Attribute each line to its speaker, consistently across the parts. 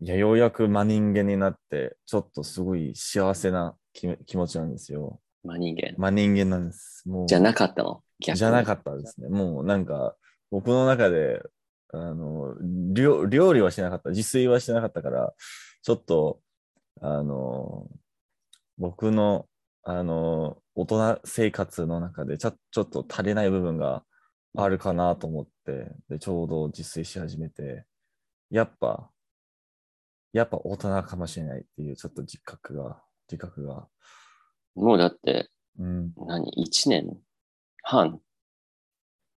Speaker 1: いや、ようやく真人間になって、ちょっとすごい幸せな気気持ちなんですよ。
Speaker 2: 真人間。
Speaker 1: 真人間なんです。もう
Speaker 2: じゃなかったの逆に
Speaker 1: じゃなかったですね。もうなんか、僕の中で、あの、料料理はしなかった。自炊はしてなかったから、ちょっと、あの、僕の、あの、大人生活の中でちょ、ちょっと足りない部分があるかなと思って、で、ちょうど自炊し始めて、やっぱ、やっぱ大人かもしれないっていう、ちょっと自覚が、自覚が。
Speaker 2: もうだって、
Speaker 1: うん。
Speaker 2: 何 ?1 年半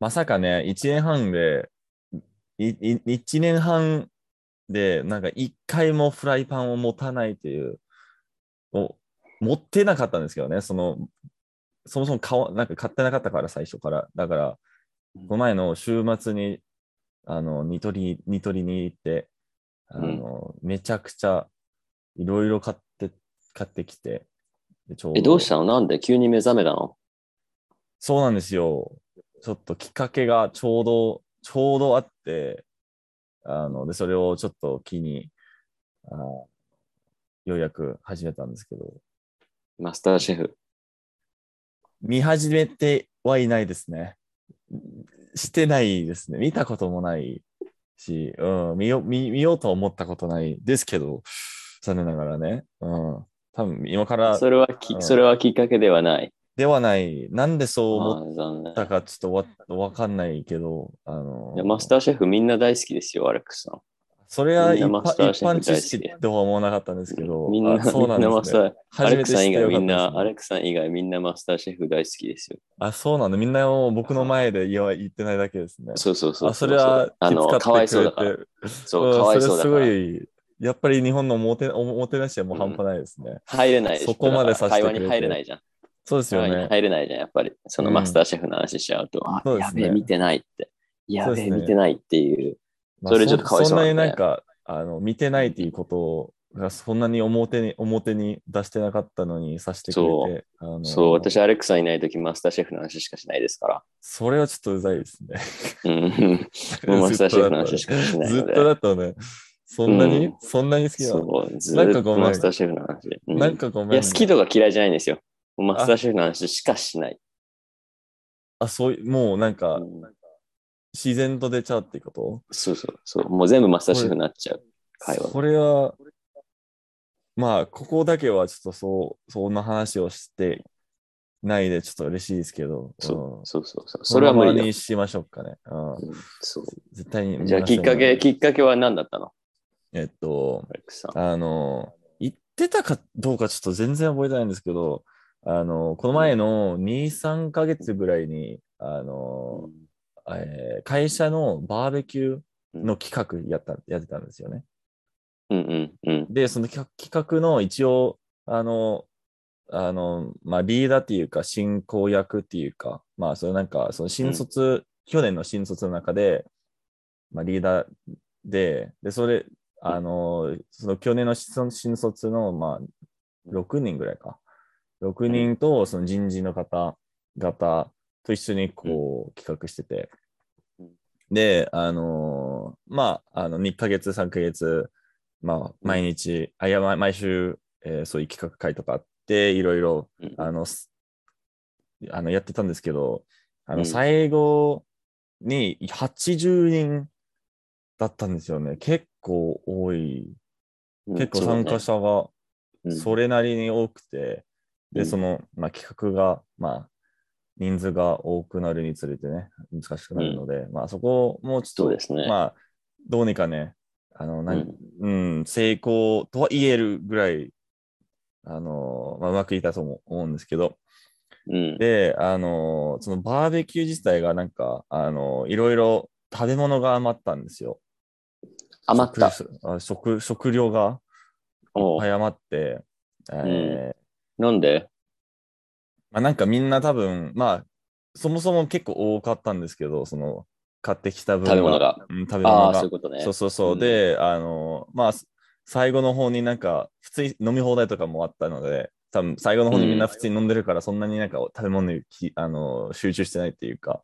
Speaker 1: まさかね、1年半で、いい1年半で、なんか1回もフライパンを持たないという、を持ってなかったんですけどね、その、そもそも買わなんか買ってなかったから、最初から。だから、この前の週末に、あの、ニトリ、ニトリに行って、あの、めちゃくちゃ、いろいろ買って、買ってきて、でちょう
Speaker 2: え、どうしたのなんで急に目覚めたの
Speaker 1: そうなんですよ。ちょっときっかけがちょうど、ちょうどあって、あの、で、それをちょっと機に、あーようやく始めたんですけど、
Speaker 2: マスターシェフ。
Speaker 1: 見始めてはいないですね。してないですね。見たこともないし、うん、見よ見見ようとは思ったことないですけど、残念ながらね。うん。多分今から
Speaker 2: それはき
Speaker 1: う、ん
Speaker 2: それはきっかけではない。
Speaker 1: ではない。なんでそう思っ
Speaker 2: あー残念
Speaker 1: たかちょっとわわかんないけど、あの
Speaker 2: いや。マスターシェフみんな大好きですよ、アレックスさん。
Speaker 1: それは
Speaker 2: みん
Speaker 1: 一
Speaker 2: な
Speaker 1: 般
Speaker 2: マスター
Speaker 1: 一
Speaker 2: シェフ
Speaker 1: 般知識とは思わなかったんですけど、
Speaker 2: みんな、
Speaker 1: あそうなん
Speaker 2: みん
Speaker 1: で
Speaker 2: なマ
Speaker 1: す
Speaker 2: ス
Speaker 1: ね
Speaker 2: タ。ー、
Speaker 1: 初
Speaker 2: アレッ
Speaker 1: め
Speaker 2: ク
Speaker 1: て知っ
Speaker 2: スさん
Speaker 1: て
Speaker 2: 以外
Speaker 1: よか
Speaker 2: み
Speaker 1: った
Speaker 2: ん
Speaker 1: です
Speaker 2: な、
Speaker 1: ね
Speaker 2: アレックスさん以外みんなマスターシェフ大好きですよ。
Speaker 1: あ、そうなんだ。みんなもう僕の前で言わ言ってないだけですね。
Speaker 2: そうそうそう
Speaker 1: あ、それは
Speaker 2: あ
Speaker 1: 気遣っ
Speaker 2: の、
Speaker 1: て
Speaker 2: かわいそうだ
Speaker 1: く
Speaker 2: か
Speaker 1: れ
Speaker 2: ら。
Speaker 1: て
Speaker 2: そう、
Speaker 1: うん
Speaker 2: かわいそう
Speaker 1: そ
Speaker 2: だか
Speaker 1: れ
Speaker 2: ら。
Speaker 1: すごい、やっぱり日本のおもておもてなしはもう半端ないですね。
Speaker 2: 入れないでしょ
Speaker 1: そこまでさせてくれて
Speaker 2: 会話に入れないじゃん。
Speaker 1: そうですよ
Speaker 2: 会話に
Speaker 1: ね。
Speaker 2: 入れないじゃん、やっぱり。その
Speaker 1: うん
Speaker 2: マスターシェフの話しちゃうと、あ
Speaker 1: そうで
Speaker 2: や
Speaker 1: すね
Speaker 2: べえ、見てないって。や
Speaker 1: そう
Speaker 2: べ
Speaker 1: で
Speaker 2: え、
Speaker 1: すね
Speaker 2: 見てないっていう。
Speaker 1: まあ
Speaker 2: それちょっとかわいそう
Speaker 1: そん
Speaker 2: な
Speaker 1: なん
Speaker 2: で
Speaker 1: になんか、あの見てないっていうことがそんなに表に表に出してなかったのにさせてく
Speaker 2: そ
Speaker 1: れて、あの
Speaker 2: そう、私、アレックさんいないとき、マスターシェフの話しかしないですから。
Speaker 1: それはちょっとうざいですね。
Speaker 2: うん。もうマスターシェフの話しかしない
Speaker 1: ずっ
Speaker 2: ので
Speaker 1: とだったね。そんなに、
Speaker 2: うん
Speaker 1: そんなに好きなの
Speaker 2: そう、ず
Speaker 1: なん
Speaker 2: っ
Speaker 1: かご
Speaker 2: と
Speaker 1: めん
Speaker 2: マスターシェフの話。うん
Speaker 1: なんかごめん、
Speaker 2: い
Speaker 1: ね。
Speaker 2: や、好きとか嫌いじゃないんですよ。マスターシェフの話しかしない。
Speaker 1: あ、そういう、もうなん
Speaker 2: う
Speaker 1: か、
Speaker 2: ん
Speaker 1: 自然と出ちゃうってこ
Speaker 2: そうそう、そう。もう全部マスターシェフになっちゃう。
Speaker 1: と
Speaker 2: 会話
Speaker 1: それは、まあ、ここだけはちょっとそう、そんな話をしてないで、ちょっと嬉しいですけど、
Speaker 2: そううんそうそうそう。それは無
Speaker 1: このまま
Speaker 2: 理
Speaker 1: に
Speaker 2: だ。
Speaker 1: しましょうかね。うん
Speaker 2: うんそう
Speaker 1: 絶対に。
Speaker 2: じゃあ、きっかけ、きっかけは何だったの
Speaker 1: えっと、
Speaker 2: アレックスさん。
Speaker 1: あの、言ってたかどうかちょっと全然覚えてないんですけど、あの、この前の2、3ヶ月ぐらいに、あの、えー会社のバーベキューの企画やった、やってたんですよね。
Speaker 2: うんうんうん。
Speaker 1: で、その企画企画の一応、あの、あの、まあ、リーダーっていうか、進行役っていうか、まあ、それなんか、その新卒、去年の新卒の中で、まあ、リーダーで、で、それ、あの、その去年の新新卒の、まあ、6人ぐらいか。6人と、その人事の方、方と一緒にこう、企画してて
Speaker 2: うん。
Speaker 1: で、あのまあ、あの、2ヶ月、3ヶ月、まあ、毎日、あ、いや、ま毎週、えーそういう企画会とかあって、いろいろ、
Speaker 2: うん
Speaker 1: あの、すあのやってたんですけど、あ
Speaker 2: う
Speaker 1: の、
Speaker 2: ん
Speaker 1: 最後に80人だったんですよね。結構多い。
Speaker 2: うん
Speaker 1: 結構参加
Speaker 2: そ
Speaker 1: 者が
Speaker 2: うねうん
Speaker 1: それなりに多くて、
Speaker 2: う
Speaker 1: で、
Speaker 2: ん
Speaker 1: その、まあ、企画が、まあ、人数が多くなるにつれてね、難しくなるので、まあ、そこをもうち
Speaker 2: そ
Speaker 1: ょ
Speaker 2: う
Speaker 1: っ
Speaker 2: です
Speaker 1: と、
Speaker 2: ね。
Speaker 1: まあ、どうにかね、あの、なん
Speaker 2: うん
Speaker 1: うん、成功とは言えるぐらい、あの、まあ、うまくいったとも思うんですけど、
Speaker 2: うん
Speaker 1: で、あの、そのバーベキュー自体がなんか、あの、いろいろ食べ物が余ったんですよ。
Speaker 2: 余った。
Speaker 1: 食あ食、食料が
Speaker 2: おう
Speaker 1: 早まって、えー
Speaker 2: なんで
Speaker 1: まあ、なんかみんな多分、まあ、そもそも結構多かったんですけど、その、買ってきた分が
Speaker 2: 食べ物が。
Speaker 1: うん、食べ
Speaker 2: あ
Speaker 1: 物
Speaker 2: あ、そ
Speaker 1: が
Speaker 2: ういう。ことね。
Speaker 1: そうそうそう。
Speaker 2: うん
Speaker 1: で、あの、まあ、す最後の方になんか、普通に飲み放題とかもあったので、多分最後の方にみんな普通に飲んでるから、そんなになんか食べ物にきあの集中してないっていうか、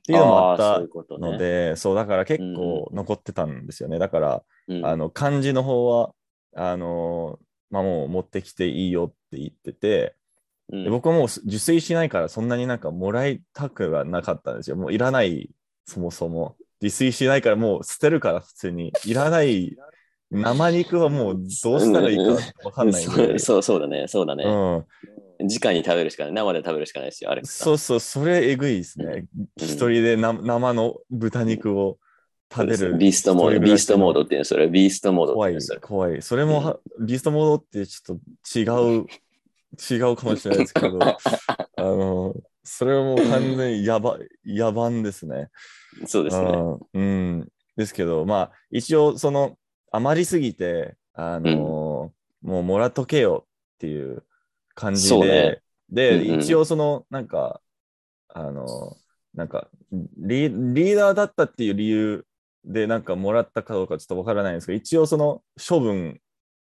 Speaker 1: っていうのもあっ
Speaker 2: ー
Speaker 1: た
Speaker 2: そういうこと
Speaker 1: の
Speaker 2: ね
Speaker 1: で、そう、だから結構残ってたんですよね。だから、
Speaker 2: うん
Speaker 1: あの漢字の方はあのまあ、もう持ってきていいよって言ってて、
Speaker 2: う
Speaker 1: で
Speaker 2: ん
Speaker 1: 僕はもう受精しないからそんなになんかもらいたくはなかったんですよもういらないそもそも自炊しないからもう捨てるから普通にいらない生肉はもうどうしたらいいか分かんないん
Speaker 2: そ
Speaker 1: で
Speaker 2: う、そうそうだね、そうだね。
Speaker 1: うん、
Speaker 2: 直に食べるしかない。生で食べるしかないですよ、アレックスさ
Speaker 1: そ
Speaker 2: ん。
Speaker 1: うそう、それえぐいですね。一人でな生の豚肉を食べる。
Speaker 2: ビーストモード、ビーストモードっていうの、それ、ビーストモードって
Speaker 1: 怖
Speaker 2: いう
Speaker 1: い
Speaker 2: の、それ、。
Speaker 1: 怖い。それもは、ビーストモードってちょっと違う、違うかもしれないですけ ど、あの、それはもう完全にやば、野蛮ですね。
Speaker 2: そうですね。
Speaker 1: うんうん。ですけど、まあ、一応、その、余りすぎて、あのーもうもらっとけよっていう感じ
Speaker 2: そう
Speaker 1: で
Speaker 2: ね、
Speaker 1: で、
Speaker 2: うんうん
Speaker 1: 一応、その、なんか、あのーなんかリ、リーダーだったっていう理由で、なんかもらったかどうかちょっとわからないんですけど、一応、その、処分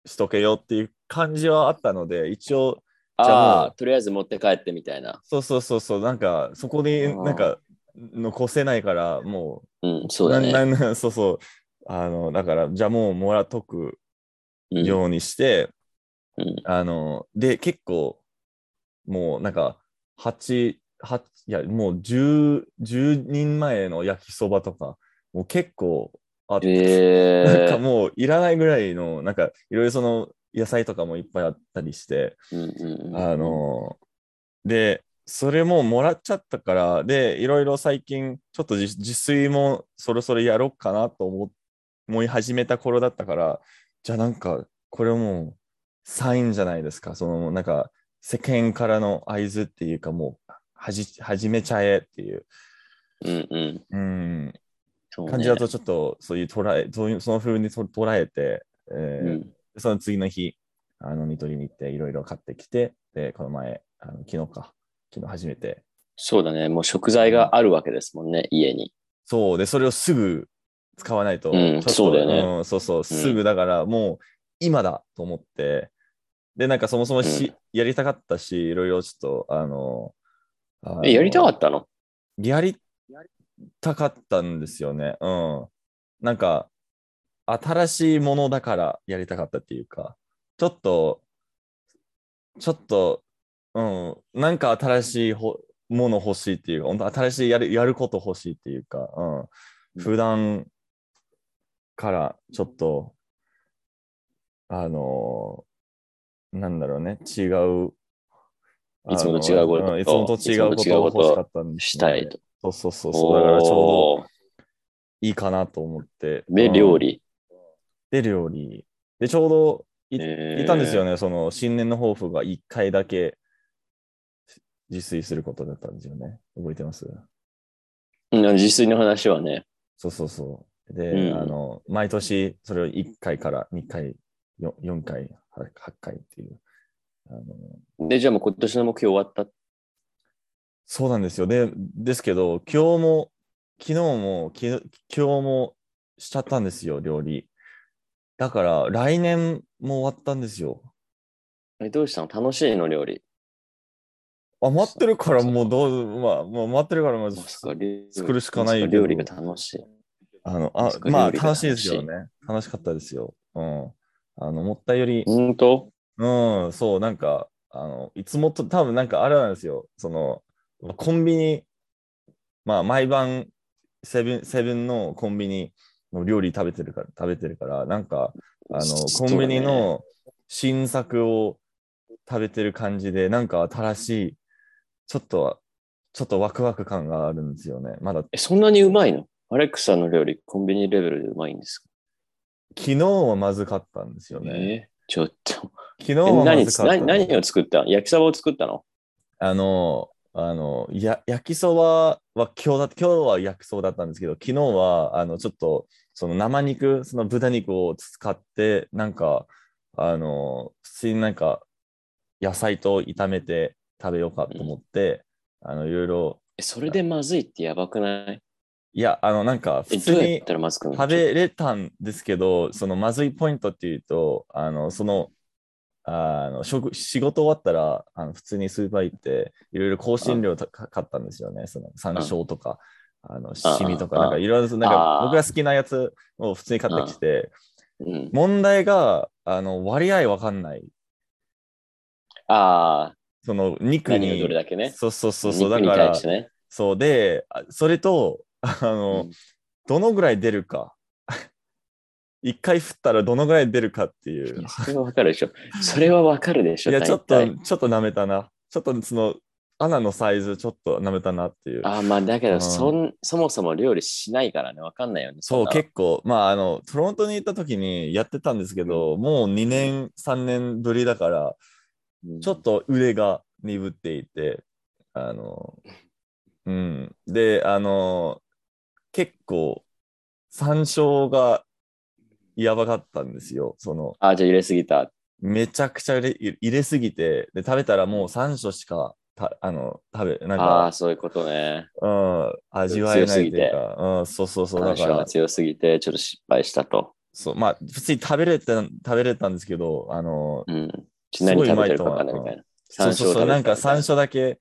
Speaker 1: しとけよっていう感じはあったので、一応、じゃあ
Speaker 2: あ
Speaker 1: も
Speaker 2: あ、とりあえず持って帰ってみたいな。
Speaker 1: そうそうそうそう、なんか、そこになんか、残せないから、もう、
Speaker 2: うん、そうだね。
Speaker 1: なななそうそう。あの、だから、じゃあもうもらっとく
Speaker 2: うん
Speaker 1: ようにして、
Speaker 2: うん
Speaker 1: あの、で、結構、もうなんか、8、八いや、もう10、10人前の焼きそばとか、もう結構あって、
Speaker 2: え
Speaker 1: なんか
Speaker 2: ー
Speaker 1: もういらないぐらいの、なんか、いろいろその、野菜とかもいっぱいあったりして、
Speaker 2: うんうんうん
Speaker 1: あので、それももらっちゃったから、で、いろいろ最近、ちょっと自自炊もそろそろやろうかなと思思い始めた頃だったから、じゃあなんか、これもうサインじゃないですか。その、なんか、世間からの合図っていうか、もう、はじ、始めちゃえっていう、
Speaker 2: うんうん
Speaker 1: うん、
Speaker 2: そうね
Speaker 1: 感じだとちょっと、そういう捉え、そういう、その風にと捉えて、えー
Speaker 2: うん
Speaker 1: その次の日、あの、ニトリに行って、いろいろ買ってきて、で、この前、あの昨日か、昨日初めて。
Speaker 2: そうだね。もう食材があるわけですもんね、家に。
Speaker 1: そう、で、それをすぐ使わないと、
Speaker 2: うん
Speaker 1: ちょっと
Speaker 2: そうだよね
Speaker 1: うんそうそう、すぐだから、もう、今だと思って、で、なんかそもそもし、やりたかったし、いろいろちょっと、あの、あの
Speaker 2: え、やりたかったの
Speaker 1: やりたかったんですよね。うん。なんか、新しいものだからやりたかったっていうか、ちょっと、ちょっと、うん、なんか新しいほもの欲しいっていうか、本当新しいやるやること欲しいっていうか、うん、普段からちょっと、あのなんだろうね、違う。
Speaker 2: いつもと違うこと
Speaker 1: あのんいつもと違うこ
Speaker 2: いつもと違う
Speaker 1: と
Speaker 2: こ
Speaker 1: 欲
Speaker 2: と
Speaker 1: しかったんです
Speaker 2: し
Speaker 1: ね
Speaker 2: たいと。
Speaker 1: そうそうそうそう。だからちょうど
Speaker 2: う
Speaker 1: いいかなと思って。
Speaker 2: で、
Speaker 1: うん
Speaker 2: 料。理。
Speaker 1: で、料理。で、ちょうどい,、
Speaker 2: えー
Speaker 1: いたんですよね。その新年の抱負が1回だけ自炊することだったんですよね。覚えてます
Speaker 2: うん自炊の話はね。
Speaker 1: そうそうそう。で、
Speaker 2: うん
Speaker 1: あの、毎年それを1回から2回、よ4回、は8回っていう。あの
Speaker 2: で、じゃあもう今年の目標終わった。
Speaker 1: そうなんですよ。で、ですけど、今日も、昨日も、き今日もしちゃったんですよ、料理。だから、来年も終わったんですよ。
Speaker 2: え、どうしたの楽しいの料理。
Speaker 1: あ、待ってるからもうどう、まあ、もう待ってるからもう、作
Speaker 2: 作
Speaker 1: るしかないけど
Speaker 2: 料理が楽しい。
Speaker 1: あの、
Speaker 2: な
Speaker 1: あ
Speaker 2: んです、か
Speaker 1: まあ、
Speaker 2: 料理が
Speaker 1: 楽しいですよね。楽しかったですよ。うん。あの、思ったより、
Speaker 2: 本当
Speaker 1: うん、そう、なんか、あの、いつもと、多分なんかあれなんですよ。その、コンビニ、まあ、毎晩、セブン、セブンのコンビニの料理食べてるから、食べてるから、なんか、あの、
Speaker 2: そ
Speaker 1: コ
Speaker 2: う
Speaker 1: ン
Speaker 2: だね
Speaker 1: ビニの新作を食べてる感じで、なんか新しい、ちょっと、ちょっとワクワク感があるんですよね。まだ、
Speaker 2: え、そんなにうまいのアレックさんの料理、コンビニレベルでうまいんですか
Speaker 1: 昨日はまずかったんですよね。
Speaker 2: えーちょっと。
Speaker 1: 昨日
Speaker 2: え
Speaker 1: はま
Speaker 2: 何
Speaker 1: ずかった
Speaker 2: 何何を作ったの焼きそばを作ったの
Speaker 1: あの、あの、や、焼きそばは今日だ、今日は焼きそばだったんですけど、昨日は、あの、ちょっと、その生肉、その豚肉を使って、なんか、あの、普通になんか、野菜と炒めて食べようかと思って、あの、いろいろ、
Speaker 2: え、それでまずいってやばくない
Speaker 1: いや、あの、なんか、普
Speaker 2: え、ど
Speaker 1: 通
Speaker 2: うや
Speaker 1: に
Speaker 2: ったらまずくな
Speaker 1: 食
Speaker 2: い
Speaker 1: べれたんですけど、そのまずいポイントっていうと、あの、その、あの食仕事終わったらあの普通にスーパー行っていろいろ香辛料とか買ったんですよね。その山椒とか、あの、シミとか、
Speaker 2: うん
Speaker 1: なんかいろいろ、なんか
Speaker 2: あー
Speaker 1: 僕が好きなやつを普通に買ってきて、
Speaker 2: うん。
Speaker 1: 問題が、あの、割合わかんない。
Speaker 2: ああ、
Speaker 1: その、肉
Speaker 2: 何がどれ
Speaker 1: に。
Speaker 2: だけね。
Speaker 1: そうそうそうそう。だ
Speaker 2: 肉に
Speaker 1: か
Speaker 2: 対
Speaker 1: ら
Speaker 2: し、てね。
Speaker 1: そうで、あそれと、あの、
Speaker 2: うん
Speaker 1: どのぐらい出るか。 一回振ったらどのぐらい出るかってい
Speaker 2: いうや。それはわかるでしょ。それはわかるでし
Speaker 1: い
Speaker 2: ょ。
Speaker 1: や、ちょっと、
Speaker 2: 大体
Speaker 1: ちょっと舐めたな。ちょっとその、穴のサイズ、ちょっと舐めたなっていう。
Speaker 2: ああ、まあだけ
Speaker 1: う
Speaker 2: ど
Speaker 1: ん
Speaker 2: そん、そもそも料理しないからね、わかんないよね。
Speaker 1: そう、
Speaker 2: んな
Speaker 1: 結構、まあ、あの、トロントに行った時にやってたんですけど、もう2年、3年ぶりだから、
Speaker 2: うん
Speaker 1: ちょっと腕が鈍っていて、あの、うん。で、あの、結構、山椒がやばかったんですよ。その、
Speaker 2: ああ、じゃあ入れすぎた。
Speaker 1: めちゃくちゃ入れ入れすぎて、で、食べたらもう山椒しか、たあの、食べ、なん
Speaker 2: あ
Speaker 1: か
Speaker 2: あ、、そういうことね。
Speaker 1: うん、味わえないというか、うん、そうそうそう、だ
Speaker 2: 話
Speaker 1: から
Speaker 2: が、強すぎて、ちょっと失敗したと。
Speaker 1: そう、まあ、普通に食べれた、食べれたんですけど、あの、
Speaker 2: うん。
Speaker 1: す
Speaker 2: ち
Speaker 1: ご
Speaker 2: ないみに食べてるかわかんないうみ
Speaker 1: まいと
Speaker 2: たいな。
Speaker 1: そうそうそう、なんか山
Speaker 2: 三
Speaker 1: 椒だけ、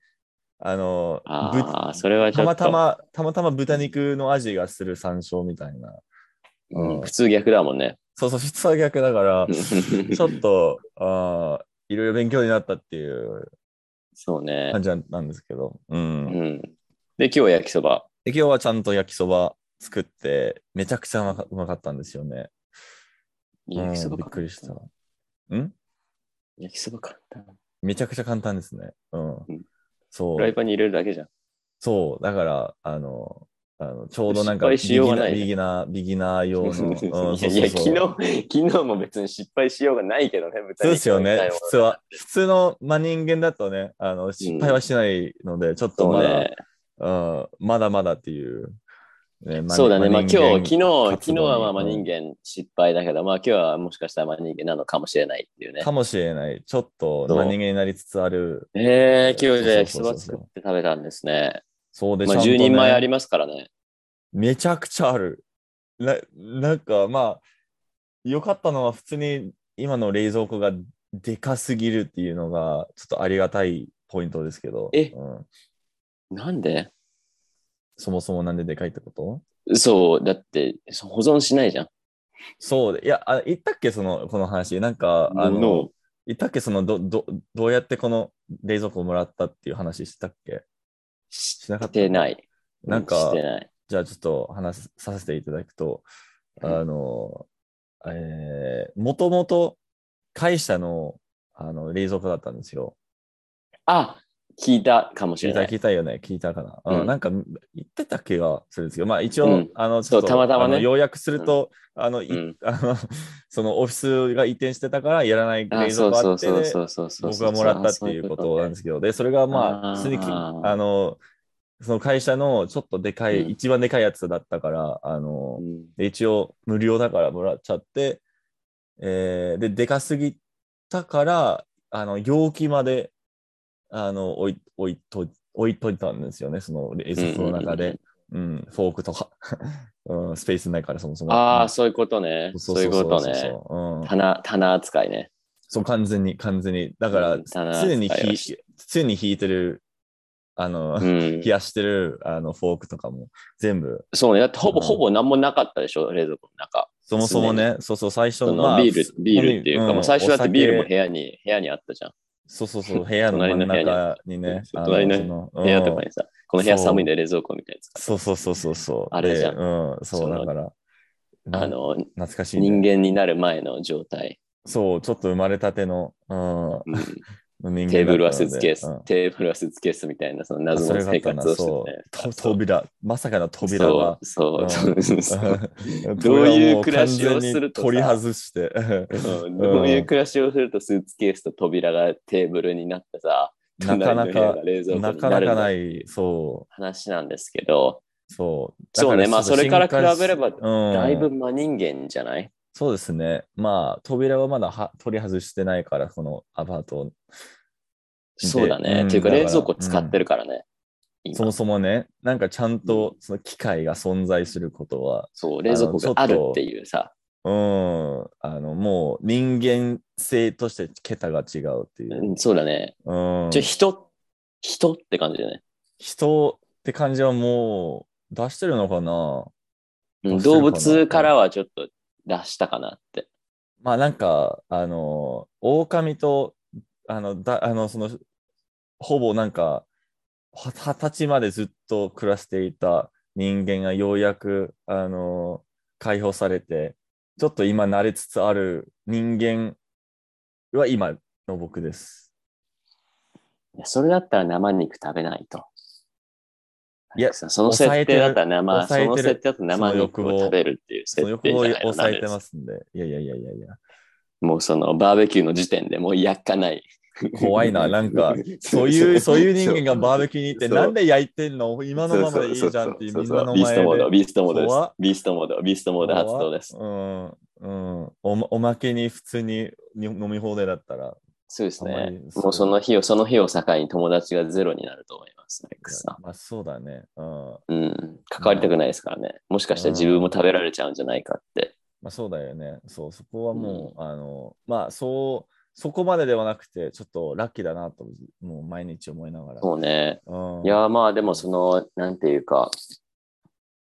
Speaker 1: あの、ぶ
Speaker 2: ああ、それはちょ
Speaker 1: た
Speaker 2: っ
Speaker 1: ま
Speaker 2: と。
Speaker 1: たま、たまたま豚肉の味がする山椒みたいな。
Speaker 2: うん
Speaker 1: うん
Speaker 2: 普通逆だもんね。
Speaker 1: そうそう、普通は逆だ から、ち
Speaker 2: ち
Speaker 1: ょっと、あーいろいろ勉強になったっていう
Speaker 2: そうね。
Speaker 1: 感じなんですけど、うん。
Speaker 2: う
Speaker 1: で、
Speaker 2: ん。で、今日は焼きそば。
Speaker 1: 今日はちゃんと焼きそば作って、めちゃくちゃうまかうまかったんですよね。
Speaker 2: 焼きそ
Speaker 1: う
Speaker 2: ば
Speaker 1: んびっくりした。ん
Speaker 2: 焼きそば簡単。
Speaker 1: めちゃくちゃ簡単ですね。うん。
Speaker 2: ん
Speaker 1: そ
Speaker 2: フ
Speaker 1: う。
Speaker 2: ライパンに入れるだけじゃん。
Speaker 1: そう、だから、あの、あのちょうどなんか
Speaker 2: 失敗
Speaker 1: ビ
Speaker 2: し
Speaker 1: ギ
Speaker 2: ようが
Speaker 1: ナ
Speaker 2: な
Speaker 1: ー、
Speaker 2: い
Speaker 1: ビギナー、ビギナー 用の。うんそう
Speaker 2: い
Speaker 1: そう
Speaker 2: やいや、
Speaker 1: そ
Speaker 2: 昨
Speaker 1: う
Speaker 2: 日、昨日も別に失敗しようがないけどね、
Speaker 1: そうですよね、普通は。
Speaker 2: 普
Speaker 1: 普通の真人間だとね、あの失敗はしないので、ちょっと
Speaker 2: そう
Speaker 1: まだ、
Speaker 2: ね。
Speaker 1: うん、まだまだっていう。ねま
Speaker 2: そうだね。まあ今日、
Speaker 1: 人間
Speaker 2: 昨日、昨
Speaker 1: 活動
Speaker 2: 日
Speaker 1: に
Speaker 2: はまあ
Speaker 1: う
Speaker 2: まあ
Speaker 1: ん
Speaker 2: 人間失敗だけど、まあ今日はもしかしたらまあ人間なのかもしれないっていうね
Speaker 1: か。もしれない。ちょっと
Speaker 2: そう
Speaker 1: 真人間になりつつある。
Speaker 2: ええ今日じゃあ焼き
Speaker 1: そ
Speaker 2: そう
Speaker 1: そう
Speaker 2: ば
Speaker 1: そうそう
Speaker 2: 作って食べたんですね。
Speaker 1: そうで
Speaker 2: まあ
Speaker 1: ちゃんと
Speaker 2: 10
Speaker 1: ね
Speaker 2: 人前ありますからね。
Speaker 1: めちゃくちゃある。ななんかまあ、良かったのは普通に今の冷蔵庫がでかすぎるっていうのがちょっとありがたいポイントですけど。
Speaker 2: え
Speaker 1: うん
Speaker 2: なんで
Speaker 1: そもそもなんででかいってこと
Speaker 2: そう、だってそ保存しないじゃん。
Speaker 1: そうで、いや、あ言ったっけその、この話。なんか、あの、
Speaker 2: の
Speaker 1: 言ったっけそのど、ど、どうやってこの冷蔵庫をもらったっていう話したっけ
Speaker 2: し
Speaker 1: なかった
Speaker 2: てない。
Speaker 1: なんか
Speaker 2: してない。
Speaker 1: じゃあちょっと話させていただくと、あの、えー、もともと会社のあの冷蔵庫だったんですよ。
Speaker 2: あ、聞いたかもし
Speaker 1: 聞
Speaker 2: れ
Speaker 1: いた、
Speaker 2: な
Speaker 1: 聞
Speaker 2: い。
Speaker 1: いたよね。聞いたかな。うん
Speaker 2: うん
Speaker 1: なんか言ってた気がするんですけど、まあ一応、
Speaker 2: うん
Speaker 1: あの、
Speaker 2: そうたまたまね
Speaker 1: あの要約すると、あの、い
Speaker 2: うん
Speaker 1: あの、 そのオフィスが移転してたからやらない
Speaker 2: あ
Speaker 1: 冷
Speaker 2: そ
Speaker 1: 蔵
Speaker 2: う
Speaker 1: 庫
Speaker 2: そ
Speaker 1: あ
Speaker 2: う
Speaker 1: って、
Speaker 2: そうそうそうそう。
Speaker 1: 僕がもらったっていうことなんですけど、で、それがまあ、
Speaker 2: あー
Speaker 1: 普通にき、あの、その会社のちょっとでかい、
Speaker 2: うん
Speaker 1: 一番でかいやつだったから、あの
Speaker 2: う、ん
Speaker 1: で一応無料だからもらっちゃって、えーで、でかすぎたから、あの、容器まで、あの、置い、置いと、置いといたんですよね、その冷蔵庫の中で。うん、フォークとか、 うん、スペースないからそもそも。
Speaker 2: ああ、
Speaker 1: そ
Speaker 2: そういうことね。そういうことね。
Speaker 1: うん。
Speaker 2: 棚、棚扱いね。
Speaker 1: そう、完全に、完全に。だ
Speaker 2: だ
Speaker 1: から、
Speaker 2: 棚
Speaker 1: 常に
Speaker 2: 扱い
Speaker 1: ひ
Speaker 2: をし、
Speaker 1: 常に引いてる、あの、
Speaker 2: う ん
Speaker 1: 冷、やしてる、あの、フォークとかも、全部、
Speaker 2: そうね。だってほぼ、
Speaker 1: うん
Speaker 2: ほぼ何もなかったでしょ、冷蔵庫の中。
Speaker 1: そもそもね、そうそう、最初
Speaker 2: そ
Speaker 1: の、
Speaker 2: の
Speaker 1: まあ
Speaker 2: ビール、ビールっていうか、
Speaker 1: ん
Speaker 2: もう最初だっ
Speaker 1: お
Speaker 2: て
Speaker 1: 酒
Speaker 2: ビールも部屋に、部屋にあったじゃん。
Speaker 1: そうそうそう、部屋の真
Speaker 2: 隣
Speaker 1: ん
Speaker 2: の部屋に
Speaker 1: 中にね、
Speaker 2: そう隣の
Speaker 1: 部
Speaker 2: 部屋とかにさ、この部屋寒いんで冷蔵庫みたいなやつ
Speaker 1: そうそうそうそうそう。
Speaker 2: あれじゃん
Speaker 1: でうん、そ、
Speaker 2: そうの
Speaker 1: だから、な
Speaker 2: あの、
Speaker 1: 懐かしいね、
Speaker 2: 人間になる前の状態。
Speaker 1: そう、ちょっと生まれたての、 う
Speaker 2: うん
Speaker 1: ん、人間
Speaker 2: テーブル
Speaker 1: だっ
Speaker 2: は
Speaker 1: た
Speaker 2: ス
Speaker 1: ので
Speaker 2: ーツケース、
Speaker 1: うん
Speaker 2: テーブルはスーツケースみたいな、その謎
Speaker 1: そ
Speaker 2: の
Speaker 1: れがあっ
Speaker 2: 生
Speaker 1: たな
Speaker 2: 活をしてて、
Speaker 1: そうと扉、まさかの扉 が。
Speaker 2: そうう、
Speaker 1: ん
Speaker 2: そう、そ うそう。
Speaker 1: ど
Speaker 2: どういう暮らしをするとさ
Speaker 1: 取り外して。
Speaker 2: うんどういう暮らしをするとスーツケースと扉がテーブルになってさ、
Speaker 1: なかな
Speaker 2: 隣の部屋
Speaker 1: か
Speaker 2: が、冷蔵庫
Speaker 1: な
Speaker 2: に
Speaker 1: か
Speaker 2: な
Speaker 1: な
Speaker 2: る
Speaker 1: か
Speaker 2: んだっ
Speaker 1: な
Speaker 2: ていう
Speaker 1: い、そ
Speaker 2: 話なんですけど、
Speaker 1: う、そう。
Speaker 2: そうね
Speaker 1: だ
Speaker 2: まあ
Speaker 1: ちょっと
Speaker 2: それから比べれば
Speaker 1: 進化しうん
Speaker 2: だいぶ真人間じゃない
Speaker 1: そうですね。まあ、扉はまだは取り外してないから、このアパート、で
Speaker 2: そうだね。
Speaker 1: うん
Speaker 2: というか
Speaker 1: だから
Speaker 2: 冷蔵庫使ってるから
Speaker 1: そ
Speaker 2: ね。今
Speaker 1: もそもね、なんかちゃんとその機械が存在することは、
Speaker 2: そう、冷蔵庫があるっていうさ、
Speaker 1: うん、あの、もう人間性として桁が違うっていう。
Speaker 2: うんそうだね。
Speaker 1: うん
Speaker 2: ちょ、、人、人って感じだね。
Speaker 1: 人って感じはもう出してるのかな
Speaker 2: うん動物からはちょっとらしたかなって。
Speaker 1: まあなんか、あの、狼と、あの、だあのその、ほぼなんか、は二十歳までずっと暮らしていた人間がようやく、あの、解放されて、ちょっと今慣れつつある人間は今の僕です。
Speaker 2: いやそれだったら生肉食べないと。
Speaker 1: いや
Speaker 2: なんかさその設定だったら生、
Speaker 1: 抑
Speaker 2: そ
Speaker 1: えてる
Speaker 2: の設定だったら生
Speaker 1: そ
Speaker 2: 肉
Speaker 1: の欲望
Speaker 2: を食べるっていう
Speaker 1: そ
Speaker 2: 設
Speaker 1: の欲
Speaker 2: 定
Speaker 1: 望を
Speaker 2: じゃないの
Speaker 1: 抑えてま
Speaker 2: なんです
Speaker 1: んで。いやいやいやいやいや。
Speaker 2: もうそのバーベキューの時点でもう焼かない。
Speaker 1: 怖い ななんか、そういう、 そういう人間がバー
Speaker 2: ベ
Speaker 1: ベキューに行って、
Speaker 2: そう
Speaker 1: なんで焼いてんの今のままでいいじゃんっていう、みんなの前で。
Speaker 2: ビーストモード、ビーストモードです
Speaker 1: 怖っ。
Speaker 2: ビーストモード、ビーストモード発動です。
Speaker 1: うん、うんおま。おまけに普通にに飲み放題だったら、
Speaker 2: そうです
Speaker 1: ほんま
Speaker 2: ね
Speaker 1: に。そう
Speaker 2: もうその日を、その日を境に友達がゼロになると思います、レックスさん。
Speaker 1: まあそうだね。うん。
Speaker 2: うん。関わりたくないですからね。もしかしたら自分も食べられちゃうんじゃないかって。
Speaker 1: まあそうだよね。そう、そこはもう、あの、まあそう、そこまでではなくて、ちょっとラッキーだなと、もう毎日思いながら。
Speaker 2: そうね。
Speaker 1: うん、
Speaker 2: いやー、まあでもその、なんていうか、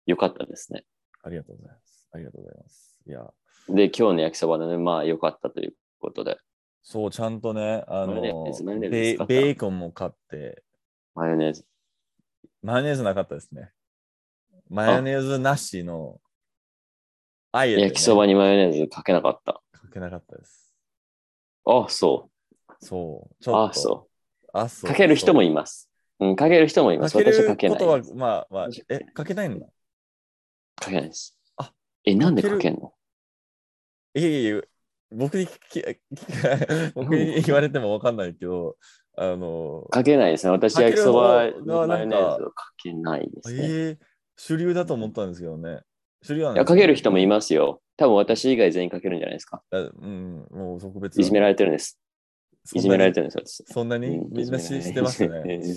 Speaker 2: 良かったですね。
Speaker 1: ありがとうございます。ありがとうございます。いや、
Speaker 2: で、今日の焼きそばのね、まあ良かったということで、
Speaker 1: そう、ちゃんとね、あ
Speaker 2: マヨネ
Speaker 1: の
Speaker 2: ーズマヨネ、ーズ
Speaker 1: ベー
Speaker 2: 使った
Speaker 1: ベーコンも買って、
Speaker 2: マヨネーズ。
Speaker 1: マヨネーズなかったですね。マヨネーズなしの、あえて、ね、
Speaker 2: 焼きそばにマヨネーズかけなかった。
Speaker 1: かけなかったです。
Speaker 2: あ、そ
Speaker 1: そう。ち
Speaker 2: う。
Speaker 1: ょ
Speaker 2: あ
Speaker 1: っ、と
Speaker 2: そ。
Speaker 1: あ、そうう。
Speaker 2: かける人もいます。うん、かける人もいま
Speaker 1: か
Speaker 2: す。
Speaker 1: け
Speaker 2: 私は
Speaker 1: る
Speaker 2: かけ
Speaker 1: こ
Speaker 2: ない
Speaker 1: とは
Speaker 2: です。、
Speaker 1: まあまあ
Speaker 2: 私は、
Speaker 1: え
Speaker 2: か
Speaker 1: かけ
Speaker 2: けな、
Speaker 1: ないんだ。
Speaker 2: かけないです。
Speaker 1: あ
Speaker 2: え、なんで
Speaker 1: かけ
Speaker 2: か
Speaker 1: る
Speaker 2: けんの
Speaker 1: いえいえ、僕に聞き、 聞き僕に言われてもわかんないけど、あの、
Speaker 2: かけないですね。私、焼きそばにマヨネ
Speaker 1: か
Speaker 2: ー
Speaker 1: ける
Speaker 2: ズをかけないで
Speaker 1: え
Speaker 2: すね。
Speaker 1: ー主流だと思ったんですけどね。主流なん
Speaker 2: い
Speaker 1: です
Speaker 2: やかける人もい
Speaker 1: ま
Speaker 2: ますよ。多分私以外全員かけるんじゃないですか。
Speaker 1: うん、もう特別だ。
Speaker 2: いじめられてるんです。いじめられてるんです。
Speaker 1: そんな
Speaker 2: 私
Speaker 1: に
Speaker 2: うん
Speaker 1: みんない
Speaker 2: じめ
Speaker 1: し
Speaker 2: られ。
Speaker 1: してますね
Speaker 2: い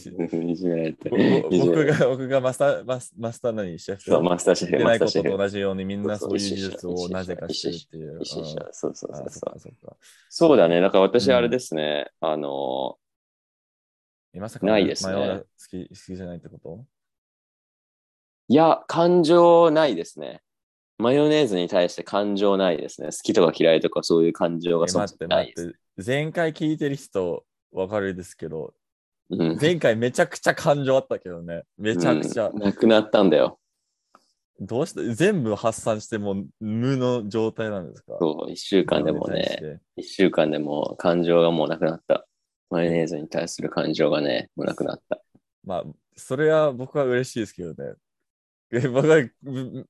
Speaker 2: じめられ て
Speaker 1: ぼ
Speaker 2: る。いじ
Speaker 1: 僕
Speaker 2: められてる
Speaker 1: が、僕がマスター、マスマスターなにシェフ
Speaker 2: そう、マスターシェ
Speaker 1: で
Speaker 2: フ、
Speaker 1: な
Speaker 2: マ
Speaker 1: い
Speaker 2: ス
Speaker 1: こ
Speaker 2: ター
Speaker 1: と
Speaker 2: シェ
Speaker 1: と
Speaker 2: フ。
Speaker 1: 同じようにみんな
Speaker 2: そ
Speaker 1: そうう
Speaker 2: そ
Speaker 1: いう
Speaker 2: う
Speaker 1: 技術をなぜかしてるっていう。
Speaker 2: 一緒一緒
Speaker 1: うん。
Speaker 2: そうそうそう
Speaker 1: あそ
Speaker 2: そ
Speaker 1: っ
Speaker 2: う
Speaker 1: かそっか。
Speaker 2: そうだね。だから私、
Speaker 1: うん
Speaker 2: あれですね。あの、
Speaker 1: えまさか
Speaker 2: ないですね
Speaker 1: マヨが好き好きじゃないってこと
Speaker 2: いや、感情ないですね。マヨネーズに対して感情ないですね。好きとか嫌いとかそういう感情が
Speaker 1: え
Speaker 2: そも
Speaker 1: 待
Speaker 2: そ
Speaker 1: っ
Speaker 2: も
Speaker 1: て
Speaker 2: ない
Speaker 1: 待
Speaker 2: です。
Speaker 1: って。前回聞いてる人わかるですけど、
Speaker 2: うん
Speaker 1: 前回めちゃくちゃ感情あったけどね。めちゃくちゃ
Speaker 2: うん。なくなったんだよ。
Speaker 1: どうして全部発散してもう無の状態なんですか
Speaker 2: そう、一週間でも
Speaker 1: マヨに対し
Speaker 2: ね、
Speaker 1: て
Speaker 2: 一週間でも感情がもうなくなった。マヨネーズに対する感情がね、もうなくなった。
Speaker 1: まあ、それは僕は嬉しいですけどね。え僕はめ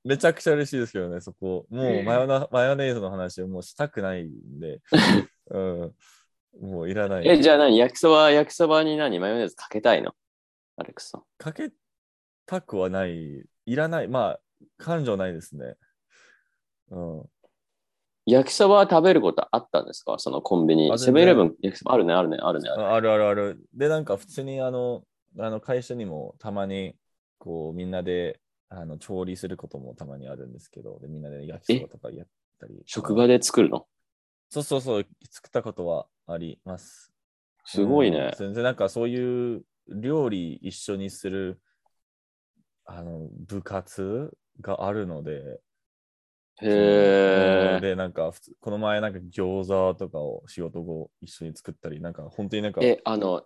Speaker 1: めちゃくちゃ嬉しいですけどね、そこ。もうマヨナマヨネーズの話をもうしたくないん で、うん、もういらない。
Speaker 2: え、じゃあ何焼きそば、焼きそばに何マヨネーズかけたいのアレックスさん。
Speaker 1: かけたくはない、いらない、まあ、感情ないですね。うん、
Speaker 2: 焼きそばは食べることあったんですかそのコンビ
Speaker 1: あ
Speaker 2: ニ。セ
Speaker 1: 全然
Speaker 2: ブンイレブン焼きそばあるね、あるね、あるね。あるね
Speaker 1: ああるあるある。で、なんか普通にあの、あの会社にもたまに、こう、みんなであの調理することもたまにあるんですけど、でみんなで焼きそばとかやったり。
Speaker 2: 職場で作るの
Speaker 1: そうそうそう、作ったことはあります。
Speaker 2: すごい
Speaker 1: うん
Speaker 2: ね。
Speaker 1: 全然なんかそういう料理一緒にするあの部活があるので、
Speaker 2: へ
Speaker 1: うん
Speaker 2: え。
Speaker 1: で、なんか普通この前なんか餃子とかを仕事後一緒に作ったり、なんか本当になんか。
Speaker 2: え、あの、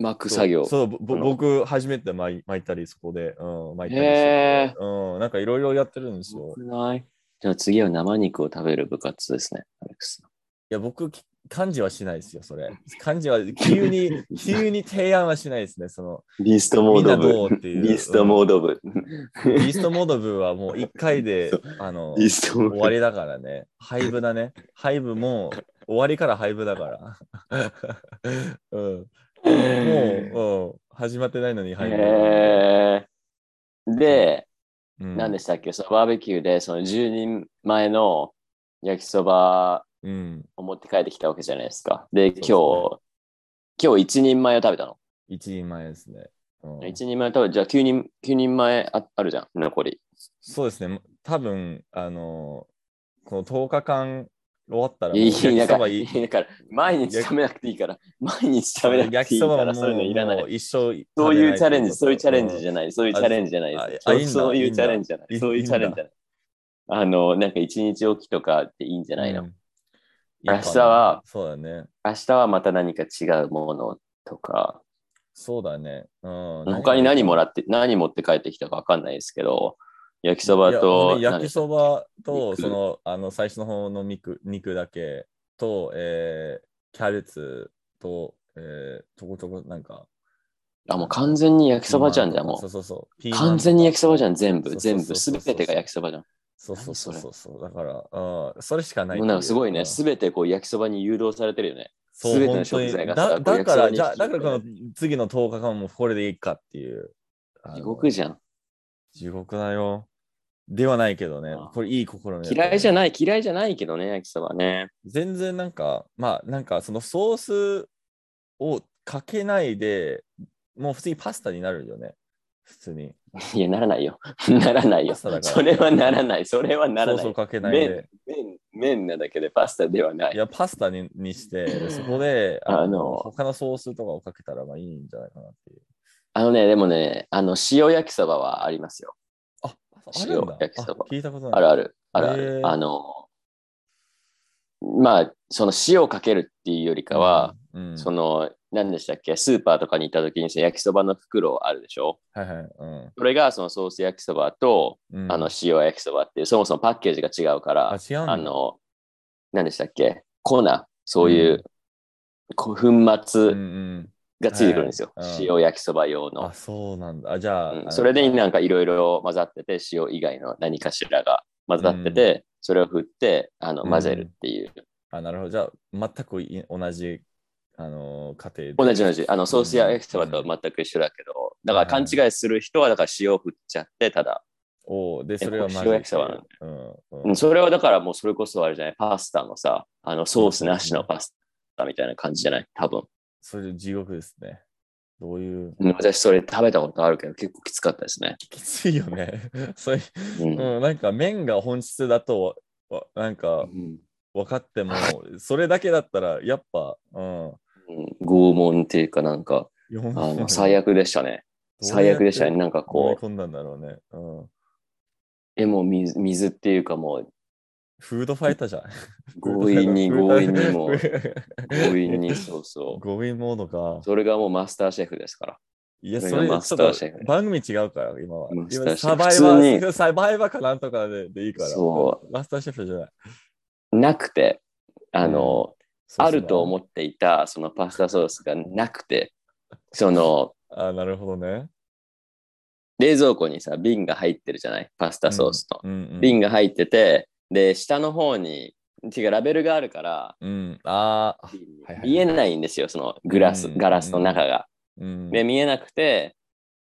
Speaker 2: 巻く作業。
Speaker 1: そう、ぼ
Speaker 2: あの
Speaker 1: 僕初めて巻い巻いたり、そこで、うん、巻いたりして。
Speaker 2: へえ。
Speaker 1: うん、なんかいろいろやってるんです
Speaker 2: す
Speaker 1: よ
Speaker 2: ご。くないじゃあ次は生肉を食べる部活ですね、アレックスさ
Speaker 1: い
Speaker 2: ん。
Speaker 1: や、僕、き漢字はしないですよ、そ れ。漢字は急に、急に提案はしないですね、その。
Speaker 2: ビーストモ
Speaker 1: み
Speaker 2: ー
Speaker 1: んな
Speaker 2: ド
Speaker 1: ど
Speaker 2: 部。
Speaker 1: うっていう。
Speaker 2: ビーストモード部。
Speaker 1: うんビーストモード部はもう1回で
Speaker 2: そ、
Speaker 1: あの、
Speaker 2: ビーストモード
Speaker 1: 終 わりだからね。廃部だね。廃部も、終わりから廃部だから。 うん。
Speaker 2: も
Speaker 1: もう、うん、始まってないのに
Speaker 2: う、
Speaker 1: 廃部。
Speaker 2: へーで、
Speaker 1: うん
Speaker 2: 何でしたっけ、そのバーベキューで、その10人前の焼きそば
Speaker 1: うん。
Speaker 2: を持って帰ってきたわけじゃないですか。で、今日、
Speaker 1: そ
Speaker 2: 今日1人前を食べたの。
Speaker 1: 一人前ですね。うん
Speaker 2: 1人前を食べじゃあ9人、9人前ああるじゃん、残り。
Speaker 1: そうですね、多分あのこの10日間終わったら、
Speaker 2: いい、
Speaker 1: 焼き
Speaker 2: だ
Speaker 1: そ
Speaker 2: か
Speaker 1: ば
Speaker 2: ら、
Speaker 1: い
Speaker 2: い
Speaker 1: い
Speaker 2: いだから、毎日食べなくていいから、毎日食べなく
Speaker 1: 焼
Speaker 2: て
Speaker 1: き
Speaker 2: いい
Speaker 1: そば
Speaker 2: か
Speaker 1: はもう
Speaker 2: ら、そういうのいらな
Speaker 1: もう
Speaker 2: い。
Speaker 1: 一生
Speaker 2: そういうチャレンジ、そういうチャレンジ
Speaker 1: ゃ
Speaker 2: じゃない、そういうチャレンジじゃない
Speaker 1: あ
Speaker 2: です。
Speaker 1: あ
Speaker 2: そ
Speaker 1: いいん
Speaker 2: う
Speaker 1: だ
Speaker 2: そう
Speaker 1: いいん
Speaker 2: いう
Speaker 1: だ
Speaker 2: チャレンジじゃない
Speaker 1: いい
Speaker 2: い、そういうチャレンジじゃない。あの、なんか一日おきとかっていいんじゃないの、
Speaker 1: うん
Speaker 2: 明日は、
Speaker 1: いいかなそうだね。
Speaker 2: 明日はまた何か違うものとか、
Speaker 1: そうだね。うん、
Speaker 2: 他に何も
Speaker 1: ら
Speaker 2: らって、何持って帰ってきたかわかんないですけど、焼きそばと、
Speaker 1: 焼きそばと、
Speaker 2: 肉
Speaker 1: その、あの、最初の方の肉肉だけと、えー、キャベツと、えー、ちょこちょこなんか。
Speaker 2: あ、もう完全に焼きそばじゃん、
Speaker 1: ピ
Speaker 2: じ
Speaker 1: ー
Speaker 2: ゃ
Speaker 1: マン
Speaker 2: あ
Speaker 1: とか
Speaker 2: も
Speaker 1: そう
Speaker 2: う。
Speaker 1: そうそう。ピーマンとか
Speaker 2: 完全に焼きそばじゃん、
Speaker 1: そ
Speaker 2: 全部、
Speaker 1: うそう
Speaker 2: 全
Speaker 1: そう
Speaker 2: 部、す
Speaker 1: そう
Speaker 2: べてが焼きそばじゃん。
Speaker 1: そうそうそう
Speaker 2: 何そ
Speaker 1: そうそう。だから、あーそれしかない
Speaker 2: もうなんかすごいね、
Speaker 1: す
Speaker 2: すべてこう焼きそばに誘導されてるよね。
Speaker 1: そう
Speaker 2: 全ての
Speaker 1: 本当に
Speaker 2: 食材がさ
Speaker 1: だ
Speaker 2: こう
Speaker 1: だから、
Speaker 2: 焼き
Speaker 1: じ
Speaker 2: そば
Speaker 1: ゃ
Speaker 2: に
Speaker 1: あだからこの次の10日間もこれでいいかっていう。あの
Speaker 2: 地獄じゃん。
Speaker 1: 地獄だよ。ではないけどね
Speaker 2: ああ。
Speaker 1: これいい心の
Speaker 2: 嫌いじゃ
Speaker 1: ない。
Speaker 2: ない、嫌いじゃないけどね、焼きそばね。
Speaker 1: 全然なんか、まあなんかそのソースをかけないで、もう普通にパスタになるよね。普通に。
Speaker 2: いや、ならないよ。 ならないよ。
Speaker 1: パスタだから
Speaker 2: それはならない。それはなら
Speaker 1: ソー
Speaker 2: な
Speaker 1: スを
Speaker 2: い。
Speaker 1: かけないで
Speaker 2: 麺。麺麺なだけでパスタではない
Speaker 1: い。や、パスタにに して、そこで、
Speaker 2: あの
Speaker 1: 他のソースとかをかけたらまあいいんじゃないかなっていう。
Speaker 2: あのね、でもね、あの、塩焼きそばはありますよ。
Speaker 1: あ、あるんだ
Speaker 2: 塩焼きそば
Speaker 1: あ聞いたことない。
Speaker 2: あるある。あるあ
Speaker 1: へ
Speaker 2: る。
Speaker 1: ー
Speaker 2: あの、まあ、その塩をかけるっていうよりかは、
Speaker 1: うん、うん
Speaker 2: その、何でしたっけ、スーパーとかに行った時にさ焼きそばの袋あるでしょ
Speaker 1: はいはい。うん
Speaker 2: それがそのソース焼きそばと、
Speaker 1: うん。
Speaker 2: あの、塩焼きそばっていう、そもそもパッケージが違うから
Speaker 1: あ、、違うんだ
Speaker 2: あの、何でしたっけ粉、そういう、こう粉
Speaker 1: うんう
Speaker 2: 末
Speaker 1: ん、
Speaker 2: がついてくるんですよ。
Speaker 1: はいうん
Speaker 2: 塩焼きそば用の
Speaker 1: あ、。そうなんだ。あじゃあ、
Speaker 2: うん
Speaker 1: あの
Speaker 2: それでなんかいろいろ混ざってて、塩以外の何かしらが混ざってて、それを振ってあの
Speaker 1: うん
Speaker 2: 混ぜるっていう。
Speaker 1: あ、なるほど。じゃあ、全くい同じ、あのー、家庭で
Speaker 2: 同じ同じ。あの、ソースや
Speaker 1: うん
Speaker 2: 焼きそばとは全く一緒だけど、
Speaker 1: ん
Speaker 2: だから勘違いする人は、だから塩振っちゃって、ただ、
Speaker 1: おーで、それはまずい。
Speaker 2: 塩焼きそばなんだ
Speaker 1: うんうん
Speaker 2: うんそれはだからもうそれこそあれじゃない、パスタのさ、あの、ソースなしのパスタみたいな感じじゃない多分。
Speaker 1: それ地獄ですね。どういう。
Speaker 2: うん私それ食べたことあるけど、結構きつかったですね。
Speaker 1: きついよね。それ、
Speaker 2: うん
Speaker 1: うん、なんか麺が本質だとわ、わなんか
Speaker 2: うん
Speaker 1: 分かっても、それだけだったら、やっぱ、うん。
Speaker 2: うん拷問っていうかなんか、
Speaker 1: 4
Speaker 2: あの最悪でしたね。最悪でしたね。。なんか
Speaker 1: 思い
Speaker 2: こう、
Speaker 1: 込んだんだろうね。うん。
Speaker 2: え、もう水水っていうかも う、
Speaker 1: フードファイターじゃん。
Speaker 2: 強引に強引に もう、強
Speaker 1: 強
Speaker 2: 引に、そうそう。
Speaker 1: 強引モードか。
Speaker 2: それがもうマスターシェフですから。
Speaker 1: いや、
Speaker 2: それ
Speaker 1: そ
Speaker 2: が
Speaker 1: れ、ちょ
Speaker 2: マ
Speaker 1: っ
Speaker 2: スタ
Speaker 1: と
Speaker 2: ーシェフ
Speaker 1: 番組違うから、今は。
Speaker 2: マスター
Speaker 1: 今
Speaker 2: シ
Speaker 1: サ
Speaker 2: ェフ
Speaker 1: バイ
Speaker 2: 普
Speaker 1: バ
Speaker 2: 通
Speaker 1: ー、 サバイバーかなんとかででいいから。
Speaker 2: そ
Speaker 1: マスターシェフじゃない。
Speaker 2: なくて、あの、
Speaker 1: そう
Speaker 2: あると思っていたそのパスタソースがなくて、その、
Speaker 1: そうあ、なるほどね。
Speaker 2: 冷蔵庫にさ、瓶が入ってるじゃないパスタソースの。
Speaker 1: うんうん。
Speaker 2: 瓶が入ってて、で、下の方に、違う、ラベルがあるから、
Speaker 1: うん。ああ。
Speaker 2: 瓶に
Speaker 1: はいはい
Speaker 2: 見えないんですよ、そのグラス、
Speaker 1: うん
Speaker 2: ガラスの中が。
Speaker 1: うん。
Speaker 2: で、見えなくて、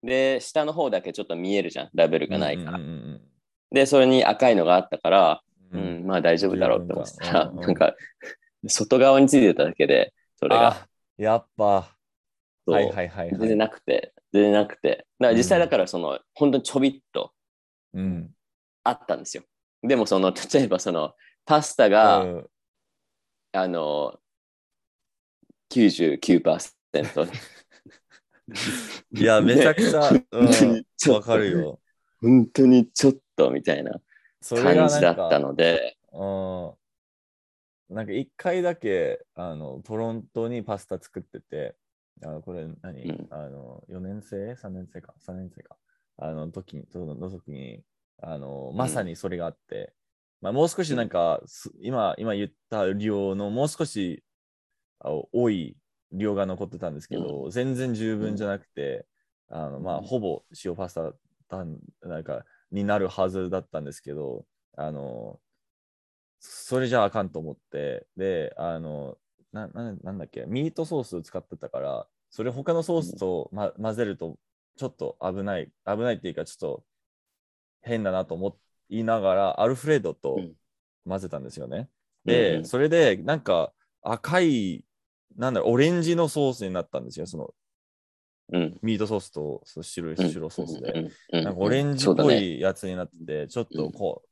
Speaker 2: で、下の方だけちょっと見えるじゃん、ラベルがないから。
Speaker 1: うんうん
Speaker 2: で、それに赤いのがあったから、
Speaker 1: う
Speaker 2: うん
Speaker 1: うん。
Speaker 2: ん、まあ大丈夫だろうって思ってたら、
Speaker 1: 十分だ
Speaker 2: なんか、外側についてただけで、それが、
Speaker 1: あ、やっぱ。
Speaker 2: そう
Speaker 1: はいはいはい
Speaker 2: 全
Speaker 1: はい。
Speaker 2: 然なくて、全然なくて。だから実際だから、その、本当にちょびっと
Speaker 1: うん。
Speaker 2: あったんですよ。でも、その、例えばその、パスタが、
Speaker 1: うん
Speaker 2: あの、99%。
Speaker 1: いや、めちゃくち ゃ、うん。
Speaker 2: ちょ
Speaker 1: わ
Speaker 2: っと
Speaker 1: かる。よ。
Speaker 2: 本当にちょっとみたいな
Speaker 1: それが
Speaker 2: 感
Speaker 1: な
Speaker 2: じ
Speaker 1: ん
Speaker 2: だ
Speaker 1: か
Speaker 2: ったので、
Speaker 1: うん。なんか一回だけあのトロントにパスタ作ってて、あのこれ何、
Speaker 2: うん
Speaker 1: あの ?4 年生 ?3 年生か ?3 年生か。あの時に、そのの時にあの、まさにそれがあって、まあ、もう少しなんか、す今、今言った量のもう少しあ多い量が残ってたんですけど、全然十分じゃなくて、あのまあ、
Speaker 2: うん
Speaker 1: ほぼ塩パスタだんなんかになるはずだったんですけど、あの、それじゃあかんと思って、で、あの、なななんだっけ、ミートソースを使ってたから、それ他のソースと、ま、混ぜると、ちょっと危ない、危ないっていうか、ちょっと変だなと思いながら、アルフレードと
Speaker 2: うん
Speaker 1: 混ぜたんですよね。
Speaker 2: うんう
Speaker 1: で、
Speaker 2: ん
Speaker 1: それで、なんか赤い、なんだろう、オレンジのソースになったんですよ、その
Speaker 2: うん。
Speaker 1: ミートソースとその白い白ソースで。
Speaker 2: うんうんうん
Speaker 1: なんかオレンジ
Speaker 2: そ
Speaker 1: っ
Speaker 2: うだ
Speaker 1: ぽ
Speaker 2: ね
Speaker 1: いやつになってて、ちょっとこ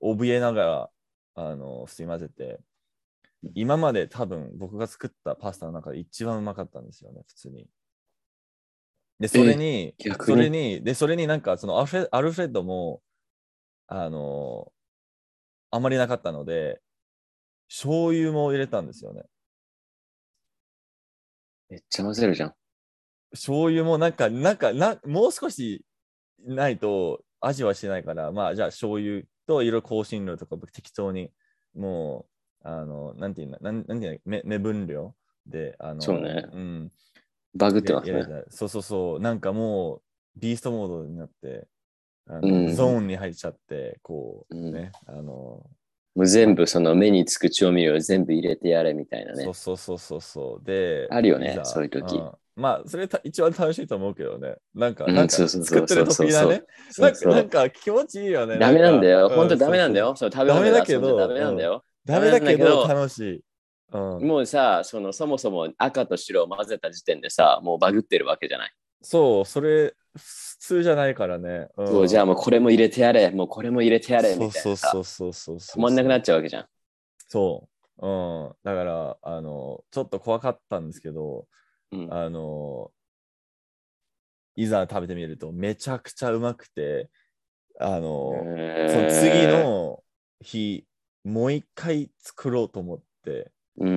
Speaker 1: う、怯えながら、あの、普通に混ぜて、今まで多分僕が作ったパスタの中で一番うまかったんですよね、普通に。で、それに、
Speaker 2: 逆
Speaker 1: そ
Speaker 2: に
Speaker 1: れに、で、それになんか、そのアルフレアルフレッドも、あの、あまりなかったので、醤油も入れたんですよね。
Speaker 2: めっちゃ混ぜるじゃん。
Speaker 1: 醤油もなんか、なんか、なもう少しないと味はしないから、まあ、じゃあ醤油といろいろ香辛料とか適当に、もう、あの、なんていうんだ、なんなんていうんだ目、目分量で、あの、
Speaker 2: そうね
Speaker 1: うん、
Speaker 2: バグってま
Speaker 1: い
Speaker 2: す
Speaker 1: や
Speaker 2: ね
Speaker 1: い。やそうそうそう、なんかもう、ビーストモードになって、あの
Speaker 2: うん
Speaker 1: ゾーンに入っちゃって、こう、
Speaker 2: うん
Speaker 1: ね、あの、
Speaker 2: もう全部その目につく調味料全部入れてやれみたいなね
Speaker 1: そう。そうそうそうそう、で、
Speaker 2: あるよね
Speaker 1: ざ
Speaker 2: そういう時
Speaker 1: んまあ、それた一番楽しいと思うけどね、なんか、
Speaker 2: うん
Speaker 1: なんか
Speaker 2: そうそうそう
Speaker 1: 作ってる時なね、
Speaker 2: そ
Speaker 1: なん
Speaker 2: う
Speaker 1: か
Speaker 2: そう
Speaker 1: なんか気持ちいいよね。
Speaker 2: ダメなんだよ。
Speaker 1: か
Speaker 2: 本当ダメなんだ。
Speaker 1: う
Speaker 2: よ。その食べ物
Speaker 1: ダメだ
Speaker 2: が
Speaker 1: けど
Speaker 2: 遊んじゃダメなんだよ。
Speaker 1: そうそうダメだけ
Speaker 2: ダメなんだ
Speaker 1: ど、
Speaker 2: け
Speaker 1: 楽しい。うん、
Speaker 2: もうさ、そのそもそも赤と白を混ぜた時点でさ、もうバグってるわけじゃない。
Speaker 1: そう、それ、普通じゃないからね。うん
Speaker 2: そうじゃあもうこれも入れてやれ、もうこれも入れてやれみたいなさ。
Speaker 1: そうそうそうそうそう。
Speaker 2: 止まんなくなっちゃうわけじゃん。
Speaker 1: そう。うん。だから、あの、ちょっと怖かったんですけど、
Speaker 2: うん
Speaker 1: あの、いざ食べてみると、めちゃくちゃうまくて、あの、その次。の日、もう一回作ろうと思って、
Speaker 2: うんうんうん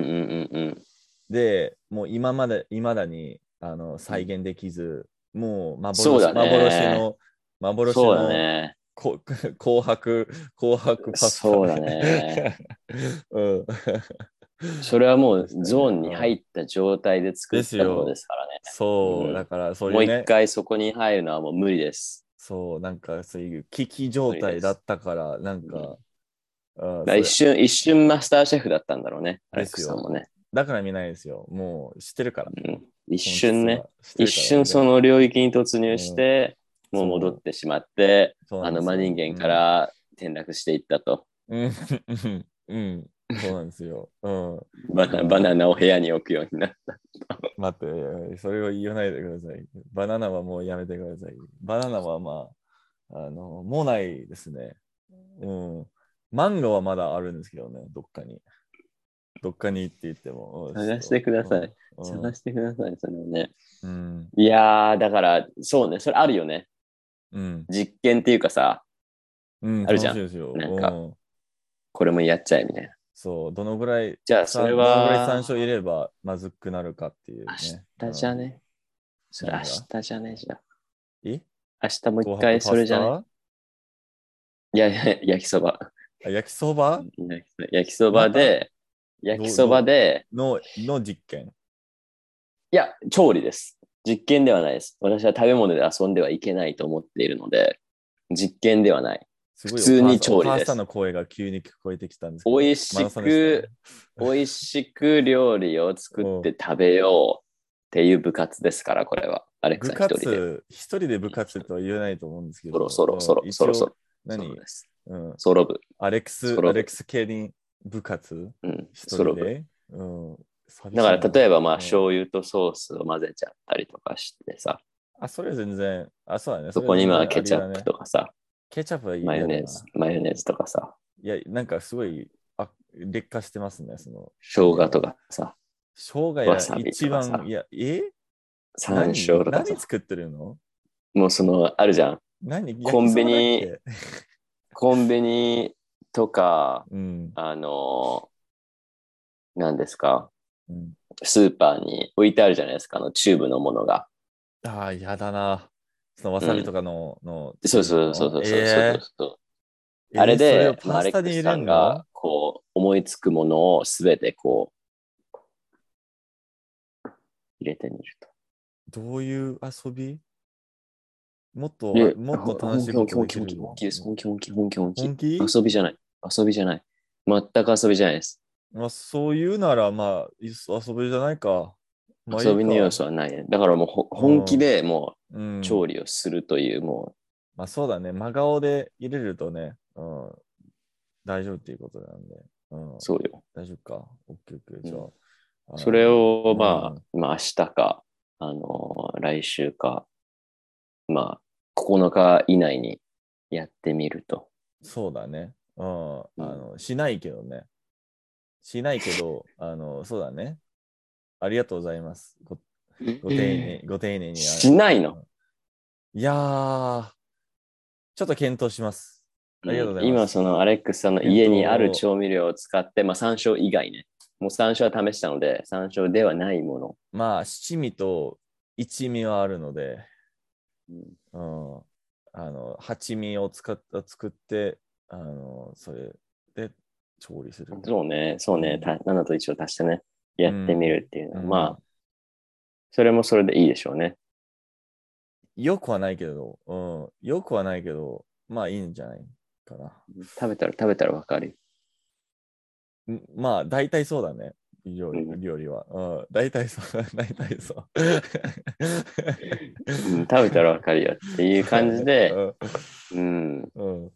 Speaker 2: うん。
Speaker 1: で、もう今まで、いまだに、あの、再現できず、もう幻、
Speaker 2: そうだね
Speaker 1: 幻の、幻
Speaker 2: そうだ
Speaker 1: の、
Speaker 2: ね。
Speaker 1: こ 紅白、紅白パスタ。
Speaker 2: そうだね。
Speaker 1: うん。
Speaker 2: それはもうゾーンに入った状態で作ったものですからね。
Speaker 1: そう、
Speaker 2: うん
Speaker 1: だからそう
Speaker 2: もう
Speaker 1: いう
Speaker 2: 一
Speaker 1: ね、
Speaker 2: 回そこに入るのはもう無理です。
Speaker 1: そう、なんかそういう危機状態だったから、なんか、うん
Speaker 2: だから一瞬、一瞬マスターシェフだったんだろうね。アレッ
Speaker 1: です
Speaker 2: クス
Speaker 1: よ
Speaker 2: さんもね。
Speaker 1: だから見ないですよ。もう知ってるから。
Speaker 2: うん一瞬ね。一瞬そ
Speaker 1: の、
Speaker 2: の領域に突入して、
Speaker 1: うん
Speaker 2: もう戻ってしまって、
Speaker 1: そうな
Speaker 2: あ
Speaker 1: んで
Speaker 2: の
Speaker 1: すよ
Speaker 2: 真人間か。ら転落していったと。
Speaker 1: うん、うん、うんうんそうなんですよ。うん。
Speaker 2: バナバナナを部屋に置くようになった。
Speaker 1: 待っていやいや、それを言わないでください。バナナはもうやめてください。バナナはまあ、あの、もうないですね。うん。マンゴーはまだあるんですけどね、どっかに。どっかにって言っても。うん
Speaker 2: 探してください。
Speaker 1: うん
Speaker 2: 探してください、それをね。
Speaker 1: うん。
Speaker 2: いやー、だから、そうね、それあるよね。
Speaker 1: うん。
Speaker 2: 実験っていうかさ、
Speaker 1: うん、
Speaker 2: あるじゃん
Speaker 1: 楽しいですよ
Speaker 2: なんか
Speaker 1: うん
Speaker 2: これもやっちゃえみたいな。
Speaker 1: そう、どのぐらい、
Speaker 2: じゃあ、それ
Speaker 1: どのぐらい
Speaker 2: は
Speaker 1: 山、椒入れればまずくなるかっていう、ね。
Speaker 2: 明日じゃ
Speaker 1: うん
Speaker 2: ね。それ明
Speaker 1: 何が
Speaker 2: 日じゃね、じゃあ
Speaker 1: え
Speaker 2: 明日も
Speaker 1: 紅
Speaker 2: う一
Speaker 1: 白
Speaker 2: 回それじゃね。
Speaker 1: パス
Speaker 2: いやいや、焼きそば。
Speaker 1: タあ焼きそば
Speaker 2: 焼きそ焼きそばで、焼きそばで、
Speaker 1: のの実験。
Speaker 2: いや、調理です。実験ではないです。私は食べ物で遊んではいけないと思っているので、実験ではない。
Speaker 1: すごい
Speaker 2: 普通に調
Speaker 1: お母さ
Speaker 2: 理です
Speaker 1: んお母さんの声が急に聞こえてきたんですけど。
Speaker 2: 美味し
Speaker 1: マラソンで
Speaker 2: く、美味しく料理を作って食べようっていう部活ですから、これは。アレック
Speaker 1: 部
Speaker 2: さん一人で。
Speaker 1: 活、一人で部活とは言えないと思うんですけ
Speaker 2: そろ
Speaker 1: ど。
Speaker 2: そろそろ
Speaker 1: うん
Speaker 2: そろそ
Speaker 1: 一
Speaker 2: ろ。。
Speaker 1: 応
Speaker 2: そう
Speaker 1: 何
Speaker 2: です
Speaker 1: うん。
Speaker 2: ソロ部。
Speaker 1: アレックス、
Speaker 2: ソロ
Speaker 1: アレックス系に部活
Speaker 2: うん、
Speaker 1: 一
Speaker 2: ソロ
Speaker 1: 人
Speaker 2: 部。
Speaker 1: で。うん。
Speaker 2: だから例え
Speaker 1: ば。
Speaker 2: ばまあ
Speaker 1: うん
Speaker 2: 醤油とソースを混ぜちゃったりとかしてさ、
Speaker 1: あ、それは全然。あ、そうだね。
Speaker 2: そこにまあ
Speaker 1: れは
Speaker 2: ケ
Speaker 1: 全
Speaker 2: チ
Speaker 1: 然
Speaker 2: ャ
Speaker 1: あれ
Speaker 2: ッ
Speaker 1: だね
Speaker 2: プとかさ、
Speaker 1: ケチャップはいいよ
Speaker 2: マ
Speaker 1: な
Speaker 2: ヨネーズ、マヨネーズとかさ、
Speaker 1: いや、なんかすごい、あ、劣化してますね。その、
Speaker 2: 生姜とかさ、
Speaker 1: 生姜
Speaker 2: わさ
Speaker 1: や
Speaker 2: び
Speaker 1: 一
Speaker 2: とかさ
Speaker 1: 番、いや、え
Speaker 2: 山
Speaker 1: 何
Speaker 2: 椒とか
Speaker 1: 何
Speaker 2: さ、
Speaker 1: 作ってるの
Speaker 2: もうそのあるじゃん。
Speaker 1: 何
Speaker 2: コンビ
Speaker 1: 焼
Speaker 2: ニ
Speaker 1: きそばだっけ
Speaker 2: コンビニとか、
Speaker 1: うん。
Speaker 2: あのー、何ですか、
Speaker 1: うん
Speaker 2: スーパーに置いてあるじゃないですか、あのチューブのものが。
Speaker 1: ああ、やだな。そのわさびとかの、の。
Speaker 2: そうそうそうそうそうそうそう
Speaker 1: え
Speaker 2: そう。
Speaker 1: ー
Speaker 2: あれ
Speaker 1: えーそ
Speaker 2: で、
Speaker 1: を
Speaker 2: まあ
Speaker 1: パ
Speaker 2: アレ
Speaker 1: ス
Speaker 2: ッ
Speaker 1: タ
Speaker 2: ク
Speaker 1: に
Speaker 2: ス
Speaker 1: 入
Speaker 2: さ
Speaker 1: れ
Speaker 2: ん
Speaker 1: る
Speaker 2: が
Speaker 1: の
Speaker 2: こう思いつくものをすべてこう入れてみると。
Speaker 1: どういう遊びもっと、
Speaker 2: いや
Speaker 1: もっと楽しいこと
Speaker 2: 本
Speaker 1: でき
Speaker 2: 気
Speaker 1: る
Speaker 2: 本気
Speaker 1: の
Speaker 2: 本気です。本気本気本気本気
Speaker 1: 本。気
Speaker 2: 遊びじゃない。遊びじゃない。全く遊びじゃないです。
Speaker 1: まあ、そういうなら、まあ、いっそ遊びじゃないか。まあいいか
Speaker 2: 遊びの要素はないね。だからもうほ本気でも
Speaker 1: うん
Speaker 2: う調理をするという、も
Speaker 1: まあそうだね、真顔で入れるとね、うん、大丈夫っていうことなんで、うん
Speaker 2: う、、そうよ。
Speaker 1: 大丈夫か、オッケーオッケー、じゃあ
Speaker 2: うん
Speaker 1: あの。
Speaker 2: それを、ま
Speaker 1: う
Speaker 2: あ、まあ明日か、あのー来週か、まあ、9日以内にやってみると。
Speaker 1: そうだね、うんあ
Speaker 2: ん
Speaker 1: の。しないけどね。しないけ ど、あの、そうだね。ありがとうございます。ごご丁寧ご丁寧に。
Speaker 2: しないの
Speaker 1: いやー、ちょっと検討します。ありがとうございま
Speaker 2: 今、
Speaker 1: す
Speaker 2: そのアレックスさんの家にある調味料を使って、まあ、山椒以外ね。もう山椒は試したので、山椒ではないもの。
Speaker 1: まあ、七味と一味はあるので、
Speaker 2: うん
Speaker 1: うん、あの、八味を使った、作って、あの、それで調理する。
Speaker 2: そうね、そうね、た7と1を足してね、やってみるっていうのは、
Speaker 1: うん
Speaker 2: まあ、それもそれでいいでしょうね。
Speaker 1: よくはないけど、うん、よくはないけど、まあいいんじゃないかな。
Speaker 2: 食べたら食べたらわかるよ。
Speaker 1: んまあ、大体そうだね。料理
Speaker 2: うん
Speaker 1: 料理は。うん、大体そう だ。大体そう。
Speaker 2: うん食べたらわかるよっていう感じで、うん、
Speaker 1: うん。うん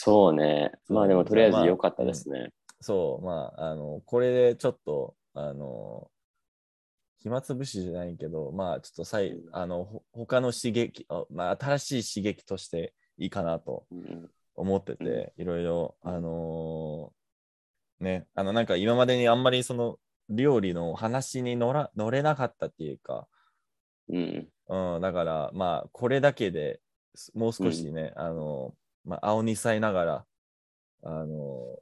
Speaker 2: そうね。まあでもとりあえず良かったですね。
Speaker 1: そう、まあ、あの、これでちょっと、あの、暇つぶしじゃないけど、まあ、ちょっとさい、あの、ほ他の刺激、あまあ、新しい刺激としていいかなと
Speaker 2: うん
Speaker 1: 思ってて、いろいろ、あのーね、あの、なんか今までにあんまりその、料理の話に乗ら乗れなかったっていうか、
Speaker 2: うん、
Speaker 1: うん、だから、まあ、これだけですもう少しね、あの、まあ、青にさいながら、あの、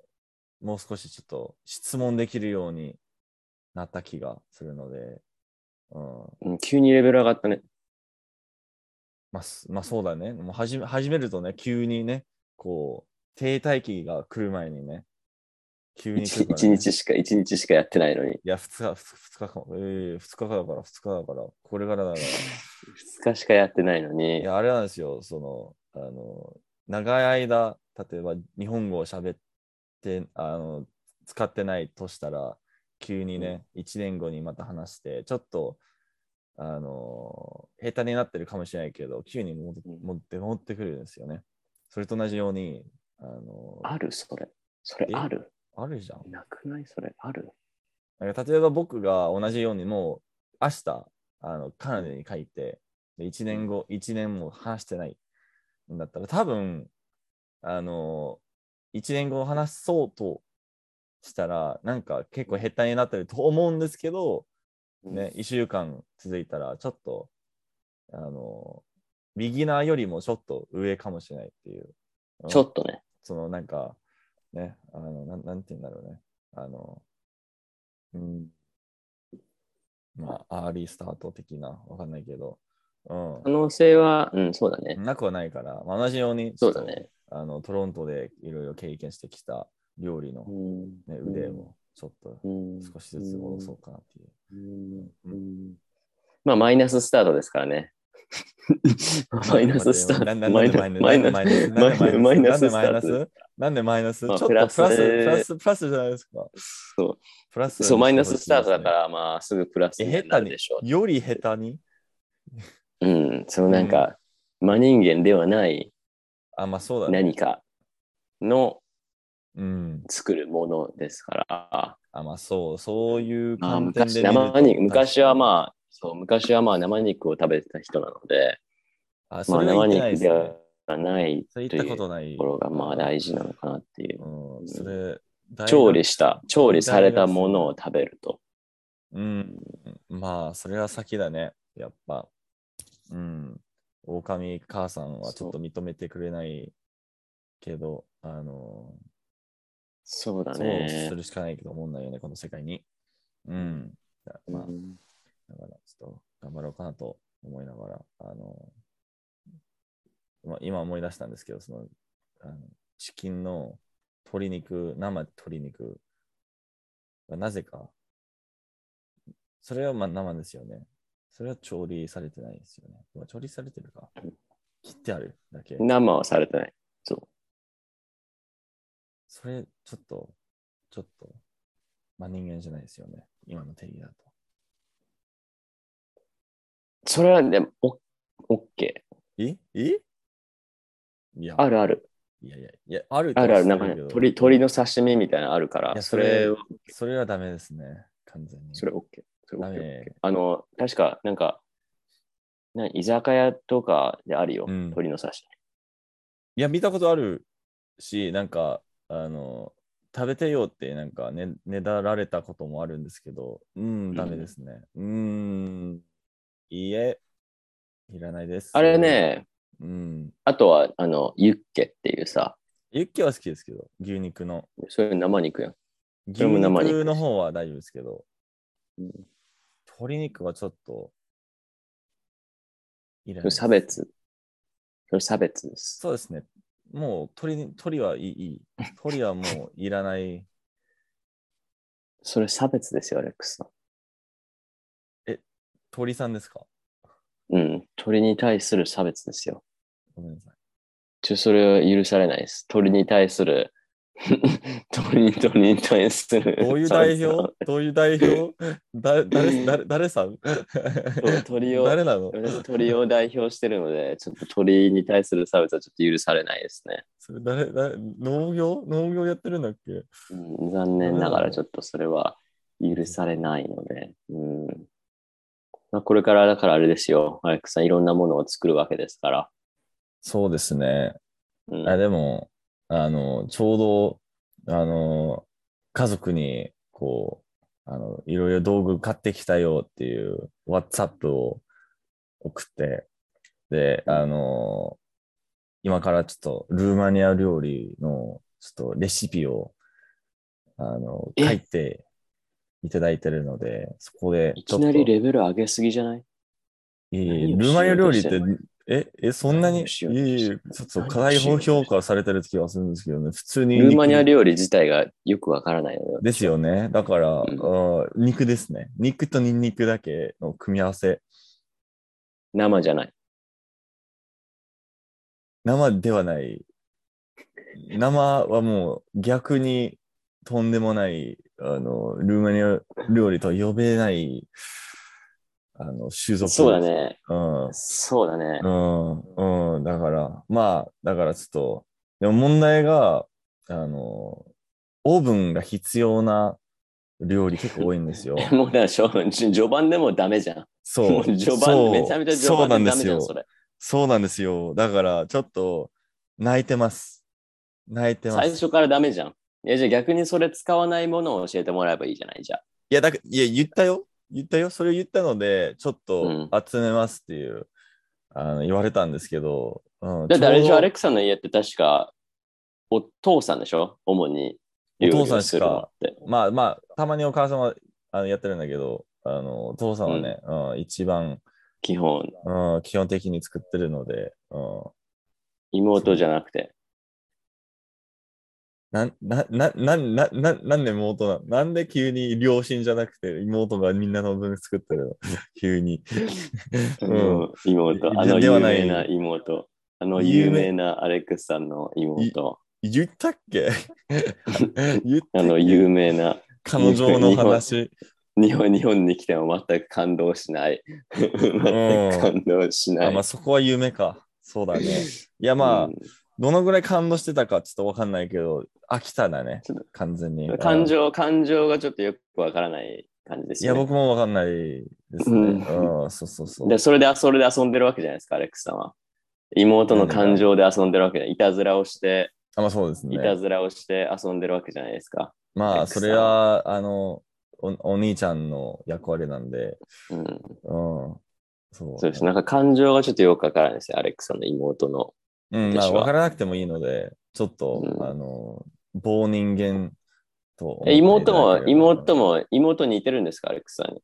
Speaker 1: もう少しちょっと質問できるようになった気がするので、うん、
Speaker 2: うん急にレベル上がったね。
Speaker 1: まあ、すまあ、そうだね。もう始め始めるとね、急にね、こう、停滞期が来る前にね、急に来
Speaker 2: 一
Speaker 1: るから
Speaker 2: 一
Speaker 1: ね、
Speaker 2: 日しか、一日しかやってないのに。
Speaker 1: いや、2日、2日か、えー、2日からだから、2日だから、これからだから。
Speaker 2: 二日しかやってないの
Speaker 1: い
Speaker 2: に。
Speaker 1: や、あれなんですよ、その、あの、長い間、例えば日本語を喋って、あの、使ってないとしたら、急にね、1年後にまた話して、ちょっと、あの、下手になってるかもしれないけど、急に戻って
Speaker 2: うん
Speaker 1: 戻って戻ってくるんですよね。それと同じように、あの、
Speaker 2: あるそれ。それ
Speaker 1: え
Speaker 2: ある
Speaker 1: あるじゃん。
Speaker 2: なくないそれある
Speaker 1: なんか例えば僕が同じようにもう明日あのカナダに帰ってで1年後1年も話してないんだったら多分あの1年後話そうとしたらなんか結構下手になってると思うんですけど、ね、1週間続いたらちょっとあのビギナーよりもちょっと上かもしれないっていう。うん
Speaker 2: ちょっとね。
Speaker 1: そのなんか、ね、あの、なんなんて言うんだろうね。あの、うん。まあ、アーリースタート的な、わかんないけど、うん
Speaker 2: 可。能性は、うん、そうだね。
Speaker 1: なくはないから、まあ、同じように、
Speaker 2: そうだね。
Speaker 1: あの、トロントでいろいろ経験してきた料理の、
Speaker 2: うん
Speaker 1: ね、腕をちょっと
Speaker 2: うん
Speaker 1: 少しずつ戻そうかなっていう。
Speaker 2: うん
Speaker 1: うん
Speaker 2: うんまあ、マイナススタートですか らね。マイナススタ
Speaker 1: な
Speaker 2: ー
Speaker 1: ん
Speaker 2: ト。
Speaker 1: でマ
Speaker 2: マイ
Speaker 1: イ
Speaker 2: ナ
Speaker 1: ナ
Speaker 2: ス
Speaker 1: ス
Speaker 2: マイナ
Speaker 1: なんでマイナスな
Speaker 2: スマイナ
Speaker 1: んでマイナ
Speaker 2: ススター
Speaker 1: スなんでマイナスちょ
Speaker 2: まあ
Speaker 1: っとプ
Speaker 2: プ
Speaker 1: ラ
Speaker 2: ラス
Speaker 1: ス、プラス、プラスじゃないですか。
Speaker 2: そう
Speaker 1: プラス。
Speaker 2: そう、マイナススタートだからら、まあ、すぐプラス
Speaker 1: え
Speaker 2: に
Speaker 1: 下手に
Speaker 2: なるでしょ
Speaker 1: より下手に
Speaker 2: う。うん、そのなんか、真人間ではない
Speaker 1: あ、まあそうだね。
Speaker 2: 何かの
Speaker 1: うん。
Speaker 2: 作るものですから、
Speaker 1: あ、まあそう、そういう
Speaker 2: まあ、
Speaker 1: 観点
Speaker 2: 昔
Speaker 1: で見る
Speaker 2: 生肉昔は
Speaker 1: あ、
Speaker 2: まあ、そう、昔はまあ、生肉を食べてた人なので、
Speaker 1: あそ
Speaker 2: まあ、
Speaker 1: れは
Speaker 2: 生
Speaker 1: 言ってないで
Speaker 2: 肉
Speaker 1: す
Speaker 2: で
Speaker 1: ね。
Speaker 2: はない
Speaker 1: そ
Speaker 2: と
Speaker 1: れ
Speaker 2: い
Speaker 1: 言ったこ
Speaker 2: う
Speaker 1: とない
Speaker 2: とこ。ろがまあ大事なのかなっていう。
Speaker 1: うん、それ、大学
Speaker 2: 調理した、調理されたものを食べると。
Speaker 1: うん。まあ、それは先だね。やっぱ。うん。狼母さんはちょっと認めてくれないけど、あの、
Speaker 2: そうだ
Speaker 1: そう
Speaker 2: ね
Speaker 1: す。るしかないと思うんだよね、この世界に。うん。だまあ、だから、ちょっと頑張ろうかなと思いながら、あの、まあ、今思い出したんですけど、その、あのチキンの鶏肉、生鶏肉がなぜか、それはまあ生ですよね。それは調理されてないですよね。まあ調理されてるか
Speaker 2: うん。
Speaker 1: 切ってあるだけ。
Speaker 2: 生はされてない。
Speaker 1: それ、ちょっと、ちょっと、まあ人間じゃないですよね。今の定義だと。
Speaker 2: それはでも、オッケ
Speaker 1: ええいや
Speaker 2: ー。あるある。
Speaker 1: いやいや、いや、あると
Speaker 2: あ
Speaker 1: は
Speaker 2: るある。
Speaker 1: 知っ
Speaker 2: な
Speaker 1: て
Speaker 2: んかね、
Speaker 1: けど
Speaker 2: 鳥鳥の刺身みたいなのあるか
Speaker 1: い
Speaker 2: ら、
Speaker 1: や
Speaker 2: そ
Speaker 1: それ
Speaker 2: れは、
Speaker 1: それはダメですね、完全に。
Speaker 2: それオッケー。それオッケー
Speaker 1: ダメ
Speaker 2: オッケーあの、確か、なんか、な居酒屋とかであるよ。
Speaker 1: うん
Speaker 2: 鳥の刺
Speaker 1: いや、見たことあるし、なんか、あの、食べてよって、なんかね、ねだられたこともあるんですけど、うん、ダメですね。うん、いいえ、いらないです。
Speaker 2: 身。あれね、
Speaker 1: うん、
Speaker 2: あとは、あの、ユッケっていうさ、
Speaker 1: ユッケは好きですけど、牛肉の。
Speaker 2: それ生肉やん。
Speaker 1: 牛
Speaker 2: それも生肉です
Speaker 1: 肉の方は大丈夫ですけど、
Speaker 2: うん
Speaker 1: 鶏肉はちょっと、いら
Speaker 2: そ
Speaker 1: ない
Speaker 2: れ差別。それ差別です。
Speaker 1: そうですね。もう鳥に鳥はいい。 いい鳥はもういらない。
Speaker 2: それ差別ですよ、アレックスさん。
Speaker 1: 鳥さんですか
Speaker 2: うん。鳥に対する差別ですよ。
Speaker 1: ごめんなさい。
Speaker 2: ちょ、それは許されないです。鳥に対する、 鳥に、鳥に対する。
Speaker 1: どういう代表どういう代表だ誰誰誰さん
Speaker 2: そう鳥を
Speaker 1: 誰なの
Speaker 2: 私鳥を代表してるので、ちょっと鳥に対する差別はちょっと許されないですね。
Speaker 1: それ誰誰農業農業やってるんだっけ
Speaker 2: うん、残念ながらちょっとそれは許されないので。うんまあ、これからだからあれですよ、アレックさんいろんなものを作るわけですから。
Speaker 1: そうですね。
Speaker 2: うん
Speaker 1: あでも、あの、ちょうど、あの、家族に、こう、あの、いろいろ道具買ってきたよっていう WhatsApp を送って、で、あの、今からちょっとルーマニア料理のちょっとレシピを、あの、
Speaker 2: え
Speaker 1: 書いていただいてるので、そこで
Speaker 2: い
Speaker 1: ちょ
Speaker 2: き
Speaker 1: っと、
Speaker 2: なりレベル上げすぎじゃない
Speaker 1: いえいえ
Speaker 2: 何を
Speaker 1: ルーマニア料理って
Speaker 2: しようと、
Speaker 1: え、え、そんなに、い
Speaker 2: 何をしようと
Speaker 1: え
Speaker 2: して
Speaker 1: い
Speaker 2: る
Speaker 1: え、ちょっと課題
Speaker 2: 何をしよう
Speaker 1: 評価されてる気がするんですけどね、普通に
Speaker 2: ル
Speaker 1: 肉。
Speaker 2: ーマニア料理自体がよくわからないので。
Speaker 1: ですよね。だから、
Speaker 2: うん
Speaker 1: あー肉ですね。肉とニンニクだけの組み合わせ。
Speaker 2: 生じゃない。
Speaker 1: 生ではない。生はもう逆にとんでもない、あの、ルーマニア料理と呼べない、あの、種族。
Speaker 2: そうだ。ね。
Speaker 1: うん。
Speaker 2: そうだね
Speaker 1: う。ん、うん、だから、まあ、だからちょっと、でも問題が、あの、オーブンが必要な料理結構多いんです よ。
Speaker 2: もうだからしょ序盤でもダメじゃん。
Speaker 1: そ
Speaker 2: も
Speaker 1: う。
Speaker 2: う序
Speaker 1: そう
Speaker 2: 盤めちゃめちゃ
Speaker 1: そうな
Speaker 2: 序盤
Speaker 1: んで
Speaker 2: でダ
Speaker 1: す
Speaker 2: メじゃん、
Speaker 1: よ
Speaker 2: そ。れ。
Speaker 1: そうなんですよ。だから、ちょっと、泣いてます。泣いてま
Speaker 2: 最
Speaker 1: す。
Speaker 2: 初からダメじゃん。いやじゃあ逆にそれ使わないものを教えてもらえばいいじゃないじゃあ。
Speaker 1: いや、だからいや、言ったよ。言ったよ。それを言ったので、ちょっ
Speaker 2: う
Speaker 1: と
Speaker 2: ん
Speaker 1: 集めますっていう、あの言われたんですけど、うん、
Speaker 2: だってあれでし
Speaker 1: ちょうど
Speaker 2: ょ、アレクさんの家って確かお父さんでしょ主に。
Speaker 1: お父さんしか
Speaker 2: 料理をするのって。
Speaker 1: まあまあ、たまにお母さんはあのやってるんだけど、あのお父さんはね、うん一番、
Speaker 2: 基本、
Speaker 1: うん、基本的に作ってるので、うん、
Speaker 2: 妹じゃなくて。
Speaker 1: な、な、な、な、な、な、なんで妹なのなんで急に両親じゃなくて妹がみんなの分作ってるの 急に。うん。
Speaker 2: 妹、あの
Speaker 1: では
Speaker 2: 有
Speaker 1: ない
Speaker 2: 名な妹。あの有名なアレックスさんの妹。
Speaker 1: 言ったっけ 言った
Speaker 2: あ
Speaker 1: っ
Speaker 2: の
Speaker 1: け
Speaker 2: 有名な、
Speaker 1: 彼女の 話。
Speaker 2: 日本日本に来ても全く感動しない。全く 感動しな
Speaker 1: あ、
Speaker 2: い。
Speaker 1: まあそこは夢か。そう だね。いやまあ、
Speaker 2: うん
Speaker 1: どのぐらい感動してたかちょっとわかんないけど、飽きただね
Speaker 2: ちょっと。
Speaker 1: 完全に。
Speaker 2: 感情、感情がちょっとよくわからない感じで
Speaker 1: い
Speaker 2: す
Speaker 1: や、
Speaker 2: よね。
Speaker 1: 僕もわかんないですね。
Speaker 2: うん
Speaker 1: うん、そうそうそう
Speaker 2: で、。それで、それで遊んでるわけじゃないですか、アレックスさんは。妹の感情で遊んでるわけじゃない。いたずらをして、
Speaker 1: あ、まあそうです
Speaker 2: い
Speaker 1: ね。
Speaker 2: たずらをして遊んでるわけじゃないですか。
Speaker 1: ま
Speaker 2: た
Speaker 1: あ、
Speaker 2: く
Speaker 1: そ
Speaker 2: さん
Speaker 1: れは、あの、おお兄ちゃんの役割なんで、
Speaker 2: うん。
Speaker 1: うん。そう。
Speaker 2: そうです。なんか感情がちょっとよくわからないですよ、アレックスさんの妹の。
Speaker 1: うん、まあ、
Speaker 2: 私は
Speaker 1: わからなくてもいいので、ちょっと、
Speaker 2: うん
Speaker 1: あの、棒人間と思って
Speaker 2: え妹
Speaker 1: いただけ
Speaker 2: も、
Speaker 1: れば
Speaker 2: 妹。も、妹に似てるんですか、アレックスさんに。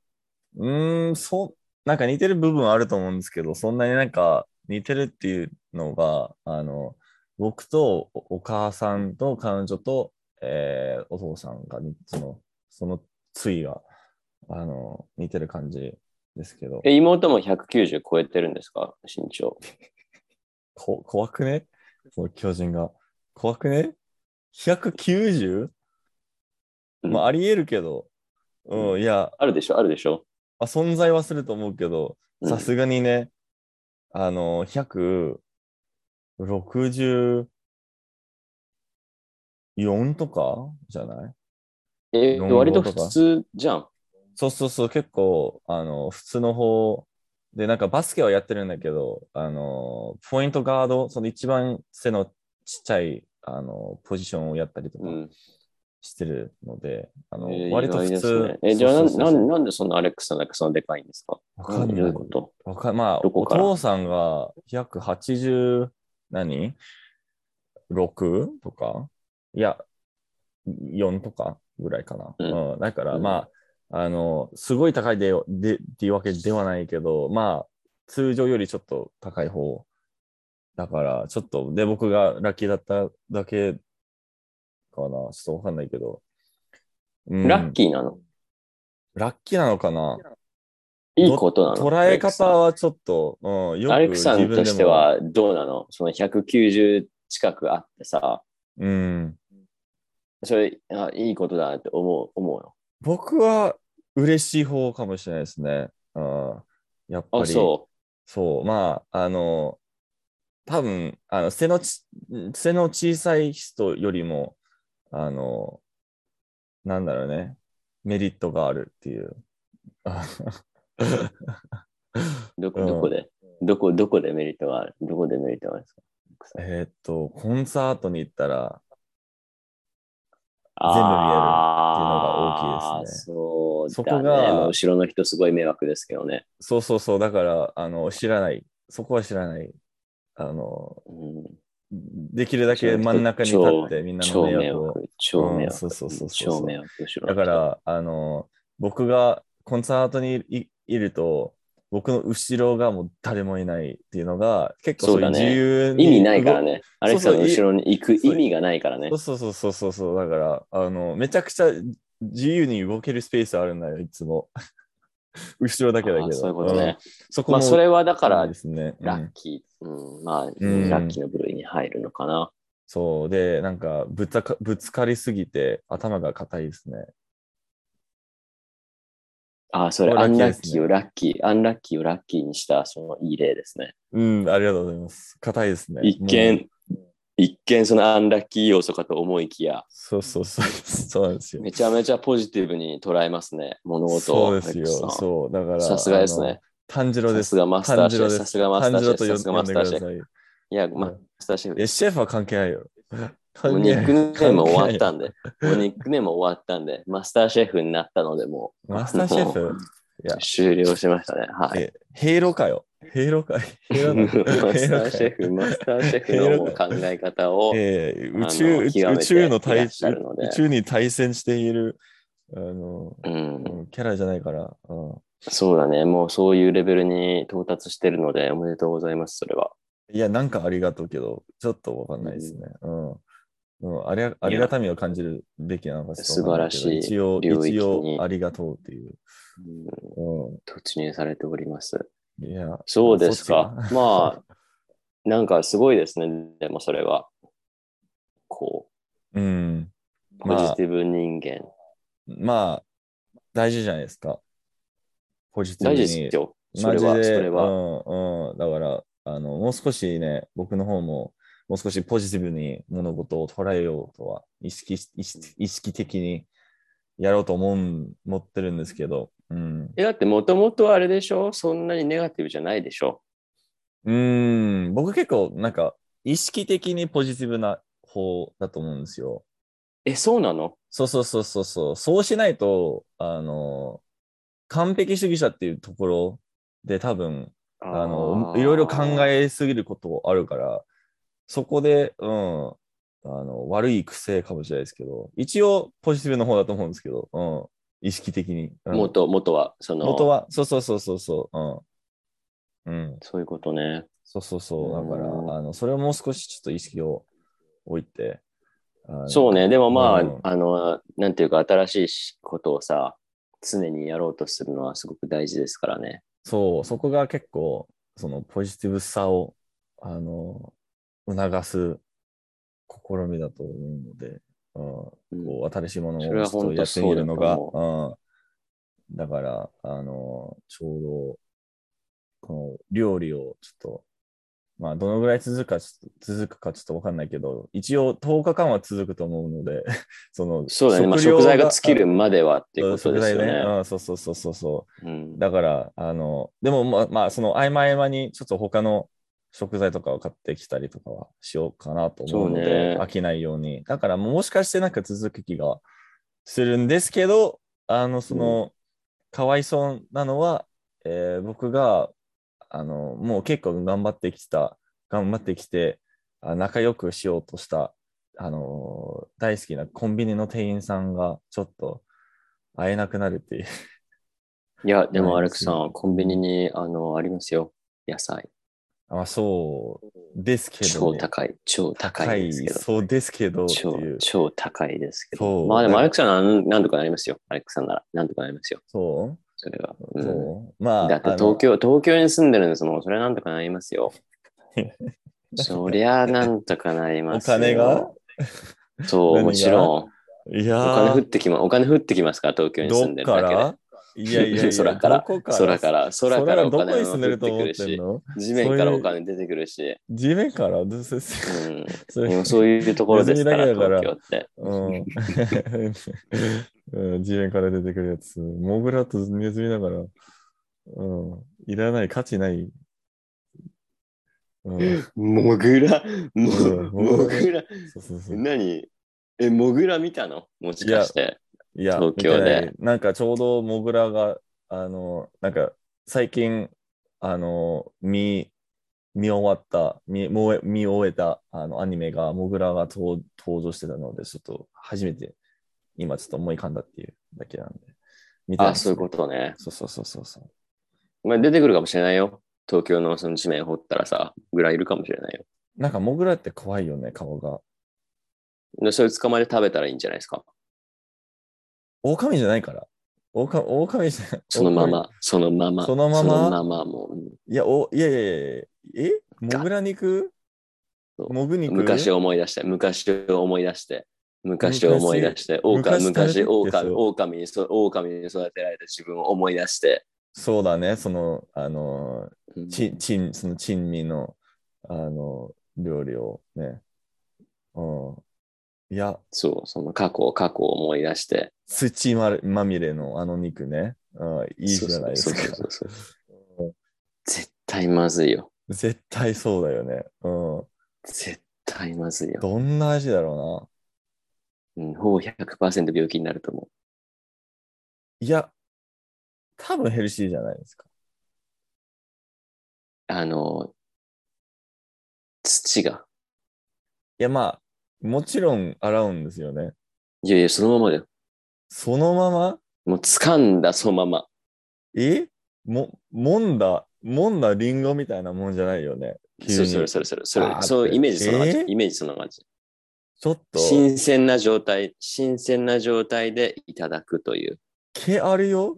Speaker 1: うーん、そう、なんか似てる部分はあると思うんですけど、そんなになんか似てるっていうのが、あの、僕とおお母さんと彼女と、えーお父さんがに、その、その対が、あの、似てる感じですけど。
Speaker 2: え、妹も190超えてるんですか、身長。
Speaker 1: こ怖くねこの巨人が。怖くね ?190?
Speaker 2: うん
Speaker 1: まあ、ありえるけど、うん、いや、
Speaker 2: あるでしょ、あるでしょ。
Speaker 1: あ、存在はすると思うけど、
Speaker 2: うん
Speaker 1: さすがにね、あの、164とかじゃない
Speaker 2: え、
Speaker 1: 四号
Speaker 2: 割と
Speaker 1: と
Speaker 2: 普
Speaker 1: か
Speaker 2: 通じゃん。
Speaker 1: そうそうそう、結構、あの、普通の方で、なんかバスケはやってるんだけど、あの、ポイントガード、その一番背のちっちゃい、あの、ポジションをやったりとか
Speaker 2: うん。
Speaker 1: してるので、あの、
Speaker 2: えー
Speaker 1: 割と普
Speaker 2: 意外です
Speaker 1: 通
Speaker 2: ね。え、じゃあ
Speaker 1: そう
Speaker 2: な、
Speaker 1: そうそうそうん
Speaker 2: なんでそんなアレックスさんだけそんなでかいんですか
Speaker 1: わ
Speaker 2: ど
Speaker 1: か
Speaker 2: うんい。
Speaker 1: ないう
Speaker 2: こと
Speaker 1: わかんまあ、
Speaker 2: ど
Speaker 1: お
Speaker 2: こから
Speaker 1: 父さんが180何6とか、いや、4とかぐらいかな。
Speaker 2: う
Speaker 1: うんだから、
Speaker 2: うん
Speaker 1: まあ、あの、すごい高いででっていうわけではないけど、まあ、通常よりちょっと高い方。だから、ちょっと、で、僕がラッキーだっただけかな。ちょっとわかんないけど。うん
Speaker 2: ラッキーなの
Speaker 1: ラッキーなのかない
Speaker 2: いことなの
Speaker 1: 捉え方
Speaker 2: は
Speaker 1: はちとちょっと、うん、よく
Speaker 2: アレクさ
Speaker 1: 自
Speaker 2: ん
Speaker 1: 分で
Speaker 2: と
Speaker 1: も
Speaker 2: して、はどうなのその190近くあってさ、
Speaker 1: うん、
Speaker 2: それあいいことだなって思う思うの。
Speaker 1: 僕は嬉しい方かもしれないですね。うん、やっぱ
Speaker 2: あ、
Speaker 1: り。
Speaker 2: そ
Speaker 1: そう、まあ、あの、多分あの背のち背の小さい人よりも、あの、なんだろうね、メリットがあるっていう。 あ
Speaker 2: う。ど
Speaker 1: う
Speaker 2: こ
Speaker 1: ん
Speaker 2: どこで、どこどこでメリットがあるどこでメリットがあるんですかアレクさん
Speaker 1: えーっと、コンサートに行ったら、全部見えるっていうのが大き
Speaker 2: あ
Speaker 1: いです
Speaker 2: ね。そう
Speaker 1: そ
Speaker 2: だ
Speaker 1: こ
Speaker 2: ね。
Speaker 1: が
Speaker 2: もう後ろの人すごい迷惑ですけどね。
Speaker 1: そうそうそう、だから、あの、知らない。そこは知らない。あの、
Speaker 2: うん、
Speaker 1: できるだけ真ん中に立って、みんなの
Speaker 2: 超
Speaker 1: 迷
Speaker 2: 迷
Speaker 1: 惑を。
Speaker 2: 惑、超迷
Speaker 1: う
Speaker 2: 惑、
Speaker 1: んそうそうそうそう
Speaker 2: 超迷惑、後ろの
Speaker 1: だ
Speaker 2: 人
Speaker 1: から、あの、僕がコンサートにいいると、僕の後ろがもう誰もいないっていうのが、結構そういう
Speaker 2: そうだ
Speaker 1: 自
Speaker 2: ね
Speaker 1: 由に
Speaker 2: 意味ないから
Speaker 1: 動
Speaker 2: ね。アレクさんの後ろに行く
Speaker 1: そうそう
Speaker 2: 意味がないからね
Speaker 1: そう。そうそうそうそうそう、だから、あの、めちゃくちゃ自由に動けるスペースあるんだよ、いつも。 後ろだけだけ
Speaker 2: あ
Speaker 1: ど。
Speaker 2: そういうこと
Speaker 1: ん
Speaker 2: ね。
Speaker 1: そこ
Speaker 2: ま
Speaker 1: も、
Speaker 2: あ、それはだから
Speaker 1: いいで、すね。うん
Speaker 2: ラッキー、うん、まあ、
Speaker 1: ん
Speaker 2: ラッキーの部類に入るのかな。
Speaker 1: そうで、なんかぶつか、ぶつかりすぎて頭が硬いですね。
Speaker 2: ああ、それ、
Speaker 1: これ
Speaker 2: ア
Speaker 1: ラッ
Speaker 2: ン
Speaker 1: キー
Speaker 2: ラ
Speaker 1: で
Speaker 2: ッ
Speaker 1: すね
Speaker 2: キーをラッキー、アンラッキーをラッキーにした、そのいい例ですね。
Speaker 1: うん、ありがとうございます。硬いですね。
Speaker 2: 一
Speaker 1: もう。
Speaker 2: 見、一見そのアンラッキー要素かと思いきや、
Speaker 1: そうそうそう。そうなんですよ。
Speaker 2: めちゃめちゃポジティブに捉えますね、物事を。
Speaker 1: そうですよ。
Speaker 2: アレックスさん
Speaker 1: そう。だから、
Speaker 2: さすがです
Speaker 1: あの
Speaker 2: ね。。
Speaker 1: 炭治郎で
Speaker 2: さ
Speaker 1: す。
Speaker 2: すがマスターシ
Speaker 1: 炭治
Speaker 2: ェフ。
Speaker 1: 郎です
Speaker 2: さすがマ
Speaker 1: 炭
Speaker 2: スター
Speaker 1: 治
Speaker 2: シェ
Speaker 1: 郎
Speaker 2: フ。
Speaker 1: と
Speaker 2: さすが
Speaker 1: 呼
Speaker 2: マ
Speaker 1: ん
Speaker 2: ス
Speaker 1: で
Speaker 2: ター
Speaker 1: く
Speaker 2: シェ
Speaker 1: だ
Speaker 2: フ。
Speaker 1: さい。い
Speaker 2: いや、マスターシェフ
Speaker 1: や、。シェフは関係ないよ。
Speaker 2: もうニックネーム終わった
Speaker 1: 関
Speaker 2: んで、もうニックネーム終わったんで、マスターシェフになったので、も
Speaker 1: 係ない。マスターシェフいうや、
Speaker 2: 終了しましたね。はい。
Speaker 1: え、ヘイロかよ。ヘイロかい。
Speaker 2: マ
Speaker 1: ヘイロだヘイ
Speaker 2: スタ
Speaker 1: ロ
Speaker 2: ー
Speaker 1: か
Speaker 2: シェ
Speaker 1: い
Speaker 2: フ、マスターシェフのもう考え方を、
Speaker 1: ええ
Speaker 2: あの
Speaker 1: 宇宙、宇宙
Speaker 2: 極め
Speaker 1: 宇
Speaker 2: て
Speaker 1: 宙の
Speaker 2: いら
Speaker 1: 対
Speaker 2: っしゃるので
Speaker 1: 宇宙に対戦している、あの、
Speaker 2: うん、
Speaker 1: うんキャラじゃないから。うん
Speaker 2: そうだね、もうそういうレベルに到達してるので、おめでとうございます、それは。
Speaker 1: いや、なんかありがとうけど、ちょっとわかんないですね。うん。うんありがありがたみを感じるべきなのかちょっとわかんなけど
Speaker 2: 素晴らしい
Speaker 1: 一応、
Speaker 2: 領域に
Speaker 1: 一応ありがとうっていう。
Speaker 2: うん
Speaker 1: う
Speaker 2: 突入されております。
Speaker 1: ん、いや、
Speaker 2: そうですか
Speaker 1: そっ。ちが
Speaker 2: まあ、なんかすごいですね、でもそれは。こ
Speaker 1: うん。
Speaker 2: う、
Speaker 1: ま
Speaker 2: ポ
Speaker 1: あ
Speaker 2: ジティブ人間。
Speaker 1: まあ、大事じゃないですか。ポジティブ
Speaker 2: 大
Speaker 1: に。
Speaker 2: 事ですよ。そ
Speaker 1: マ
Speaker 2: れ
Speaker 1: ジ
Speaker 2: は、
Speaker 1: で、
Speaker 2: それは。
Speaker 1: うん、うん。だから、あの、もう少しね、僕の方も、もう少しポジティブに物事を捉えようとは、意識し、意識意識的にやろうと思うん、持ってるんですけど、うん。
Speaker 2: え、だってもともとあれでしょそんなにネガティブじゃないでしょ
Speaker 1: うーん、僕結構、なんか、意識的にポジティブな方だと思うんですよ。
Speaker 2: え、そうなの
Speaker 1: そうそうそうそうそう。そうしないと、あの、完璧主義者っていうところで多分、あの、
Speaker 2: ー
Speaker 1: いろいろ考えすぎることあるから、そこで、うん、あの、悪い癖かもしれないですけど、一応ポジティブの方だと思うんですけど、うん、意識的に。うん
Speaker 2: 元、元は、その、
Speaker 1: 元は、そうそうそうそうそう、うん。うん、
Speaker 2: そういうことね。
Speaker 1: そうそうそう。だか
Speaker 2: うん
Speaker 1: ら、あの、それをもう少しちょっと意識を置いて、あの
Speaker 2: そうね。でもまあ、
Speaker 1: うん
Speaker 2: あの、なんていうか、新しいしことをさ、常にやろうとするのはすごく大事ですからね。
Speaker 1: そう、そこが結構、そのポジティブさを、あの、促す試みだと思うので、う、
Speaker 2: うんん
Speaker 1: こう、新しいものをち
Speaker 2: それは
Speaker 1: ょっと
Speaker 2: 本
Speaker 1: や
Speaker 2: 当
Speaker 1: ってみるのが、
Speaker 2: そうだと
Speaker 1: うん、だから、あの、ちょうど、この料理をちょっと、まあ、どのぐらい続くか、ちょっと続くかちょっとわかんないけど、一応10日間は続くと思うので、 その、
Speaker 2: そうだね。まあ、
Speaker 1: 料
Speaker 2: 食材が尽きるまではっていう
Speaker 1: うん
Speaker 2: こと
Speaker 1: 食
Speaker 2: で
Speaker 1: 材
Speaker 2: すよ
Speaker 1: ね。
Speaker 2: ね。
Speaker 1: うん、そうそうそうそうそう。
Speaker 2: うん
Speaker 1: だから、あの、でもまあ、まあ、その合間合間にちょっと他の食材とかを買ってきたりとかはしようかなと思うの
Speaker 2: そう
Speaker 1: で、
Speaker 2: ね
Speaker 1: 飽きないように。だからもしかしてなんか続く気がするんですけど、あの、その、かわいそうなのは、えー僕が、あの、もう結構頑張ってきた、頑張ってきて、あ仲良くしようとした、あのー大好きなコンビニの店員さんがちょっと会えなくなるっていう。
Speaker 2: いや、でも
Speaker 1: ない
Speaker 2: アレクさ
Speaker 1: です
Speaker 2: ん、コンビニに、あの、ありますよ。野菜。
Speaker 1: あまあ、そうですけど、
Speaker 2: 超高い。超高
Speaker 1: 高
Speaker 2: いで
Speaker 1: い
Speaker 2: すけど。
Speaker 1: そうですけどって
Speaker 2: 超
Speaker 1: いう、。
Speaker 2: 超高いですけ
Speaker 1: そ
Speaker 2: ど。
Speaker 1: う
Speaker 2: まあでも、
Speaker 1: なんか
Speaker 2: アレクさんならなんとかなりますよ。アレクさんならなんとかなりますよ。
Speaker 1: そ
Speaker 2: それは。う
Speaker 1: う、
Speaker 2: ん
Speaker 1: そう。まあ、
Speaker 2: だって
Speaker 1: あの
Speaker 2: 東京、東京に住んでるんですもん。それはなんとかなりま すよ。そりゃなんとかなりますよ。
Speaker 1: お金が
Speaker 2: そ
Speaker 1: 何が
Speaker 2: う、もちろん。
Speaker 1: い
Speaker 2: お金
Speaker 1: や
Speaker 2: 降ってきま、お金降ってきますから、東京
Speaker 1: ー、
Speaker 2: に住
Speaker 1: ど
Speaker 2: んで
Speaker 1: っ
Speaker 2: るだ
Speaker 1: か
Speaker 2: けで。
Speaker 1: らいやいやいや、
Speaker 2: 空から
Speaker 1: どこ、
Speaker 2: 空から、空からお
Speaker 1: どこ
Speaker 2: 金
Speaker 1: に
Speaker 2: も
Speaker 1: 住んで
Speaker 2: 降っ
Speaker 1: ると
Speaker 2: てく
Speaker 1: 思っ
Speaker 2: る
Speaker 1: てん
Speaker 2: し、
Speaker 1: の
Speaker 2: 地面か
Speaker 1: そ
Speaker 2: ら
Speaker 1: うい
Speaker 2: お
Speaker 1: う
Speaker 2: 金出てくるし、
Speaker 1: 地面からどうせ、
Speaker 2: うん。
Speaker 1: そ
Speaker 2: で
Speaker 1: れ
Speaker 2: もそういうところですから、
Speaker 1: ネズミだけだから
Speaker 2: 東京って。
Speaker 1: うん。 うん地面から出てくるやつ。モグラとネズミだから、うん。いらない、価値ない。うん。
Speaker 2: モグラ、モ
Speaker 1: うん
Speaker 2: モグラ、
Speaker 1: そうそうそう。
Speaker 2: 何え、モグラ見たのもしかして。
Speaker 1: いや、
Speaker 2: 東京で
Speaker 1: 見てないなんかちょうどモグラが、あの、なんか最近、あの、見、見終わった、見もう見終えたあのアニメが、モグラが登登場してたので、ちょっと初めて、今ちょっと思い浮かんだっていうだけなんで。見てない
Speaker 2: あ、
Speaker 1: です
Speaker 2: そういうことね。
Speaker 1: そうそうそうそうそう。
Speaker 2: まあ、出てくるかもしれないよ。東京のその地面掘ったらさ、ぐらいいるかもしれないよ。
Speaker 1: なんかモグラって怖いよね、顔が。
Speaker 2: でそれ捕まえて食べたらいいんじゃないですか。
Speaker 1: 狼じゃないから。狼狼じゃない。
Speaker 2: そのま
Speaker 1: 狼。
Speaker 2: ま、そのまま、
Speaker 1: そのまま
Speaker 2: そのままもううん
Speaker 1: いや、おいやいやいやいやえモグラ肉
Speaker 2: そう
Speaker 1: モグ肉
Speaker 2: 昔を思い出して、昔を思い出して、昔を思い出して、
Speaker 1: 昔
Speaker 2: 狼昔、
Speaker 1: 昔食べてて
Speaker 2: 狼
Speaker 1: そう
Speaker 2: 狼にそ狼に育てられた自分を思い出して、
Speaker 1: そうだね、その、あの、
Speaker 2: うん
Speaker 1: ち、ちん、その珍味の、あの、料理をね。うん。いや、
Speaker 2: そう、その過去、過去を思い出して、
Speaker 1: 土ままみれのあの肉ね。うん、いいじゃないです
Speaker 2: そうそ
Speaker 1: か。
Speaker 2: うそうそう
Speaker 1: うん
Speaker 2: 絶対まずいよ。
Speaker 1: 絶対そうだよね。う
Speaker 2: 絶対まずい
Speaker 1: ん。
Speaker 2: よ。
Speaker 1: どんな味だろ
Speaker 2: うん、ほぼ100%病気になると思
Speaker 1: うな。いや、多分ヘルシーじゃないですか。
Speaker 2: う。あの、土が。
Speaker 1: いや、まあ、もちろん洗うんですよね。
Speaker 2: いやいや、そのままだよ。
Speaker 1: そのまま、
Speaker 2: もう掴んだ、そのまま。
Speaker 1: えも、もんだ、もんだリンゴみたいなもんじゃないよね。急
Speaker 2: そ
Speaker 1: に
Speaker 2: れそれそれそ
Speaker 1: あ
Speaker 2: れ、そ
Speaker 1: ーっ
Speaker 2: れ、
Speaker 1: て
Speaker 2: そう、イメージその感じ、
Speaker 1: えー
Speaker 2: イメージその感じ。
Speaker 1: ちょっと、
Speaker 2: 新鮮な状態、新鮮な状態でいただくという。
Speaker 1: 毛あるよ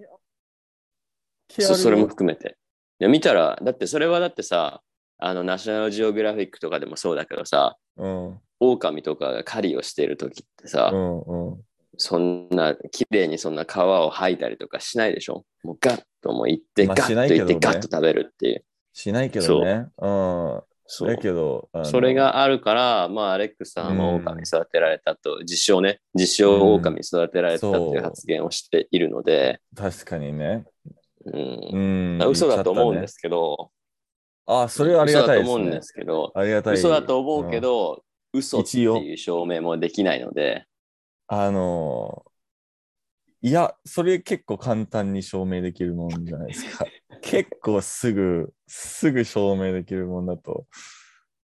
Speaker 1: 毛ある
Speaker 2: そ
Speaker 1: よ
Speaker 2: それも含めて。いや見たら、だってそれはだってさ、あの、ナショナルジオグラフィックとかでもそうだけどさ、
Speaker 1: うん、
Speaker 2: 狼とかが狩りをしている時ってさ、
Speaker 1: うん、うん。
Speaker 2: そんな、綺麗にそんな皮を剥いたりとかしないでしょもうガッともういって、
Speaker 1: まあ
Speaker 2: ガ
Speaker 1: しな
Speaker 2: ッ
Speaker 1: い
Speaker 2: と
Speaker 1: け
Speaker 2: い
Speaker 1: ど
Speaker 2: っ
Speaker 1: ね
Speaker 2: て、ガッと食べるっていう。
Speaker 1: しないけどね。うん。
Speaker 2: そ
Speaker 1: だ
Speaker 2: う。
Speaker 1: けど、あの
Speaker 2: それ、があるから、まあ、アレックスさんは
Speaker 1: うん
Speaker 2: 狼に育てられたと、自称ね、自称狼に育てられたって
Speaker 1: うん
Speaker 2: い
Speaker 1: そう
Speaker 2: う発言をしているので、
Speaker 1: 確かにね。
Speaker 2: うん
Speaker 1: うん。
Speaker 2: 嘘だと思うん
Speaker 1: 言っ
Speaker 2: で
Speaker 1: ち
Speaker 2: すけど、
Speaker 1: ゃったね。あ、それはありがたいで
Speaker 2: 嘘
Speaker 1: す
Speaker 2: だと思うん
Speaker 1: ね
Speaker 2: で。すけど、
Speaker 1: ありがたい。
Speaker 2: 嘘だと思うけ
Speaker 1: ん、
Speaker 2: ど、嘘って
Speaker 1: 一応
Speaker 2: いう証明もできないので、
Speaker 1: あのーいや、それ結構簡単に証明できるもんじゃないです か。結構すぐ、すぐ証明できるもんだと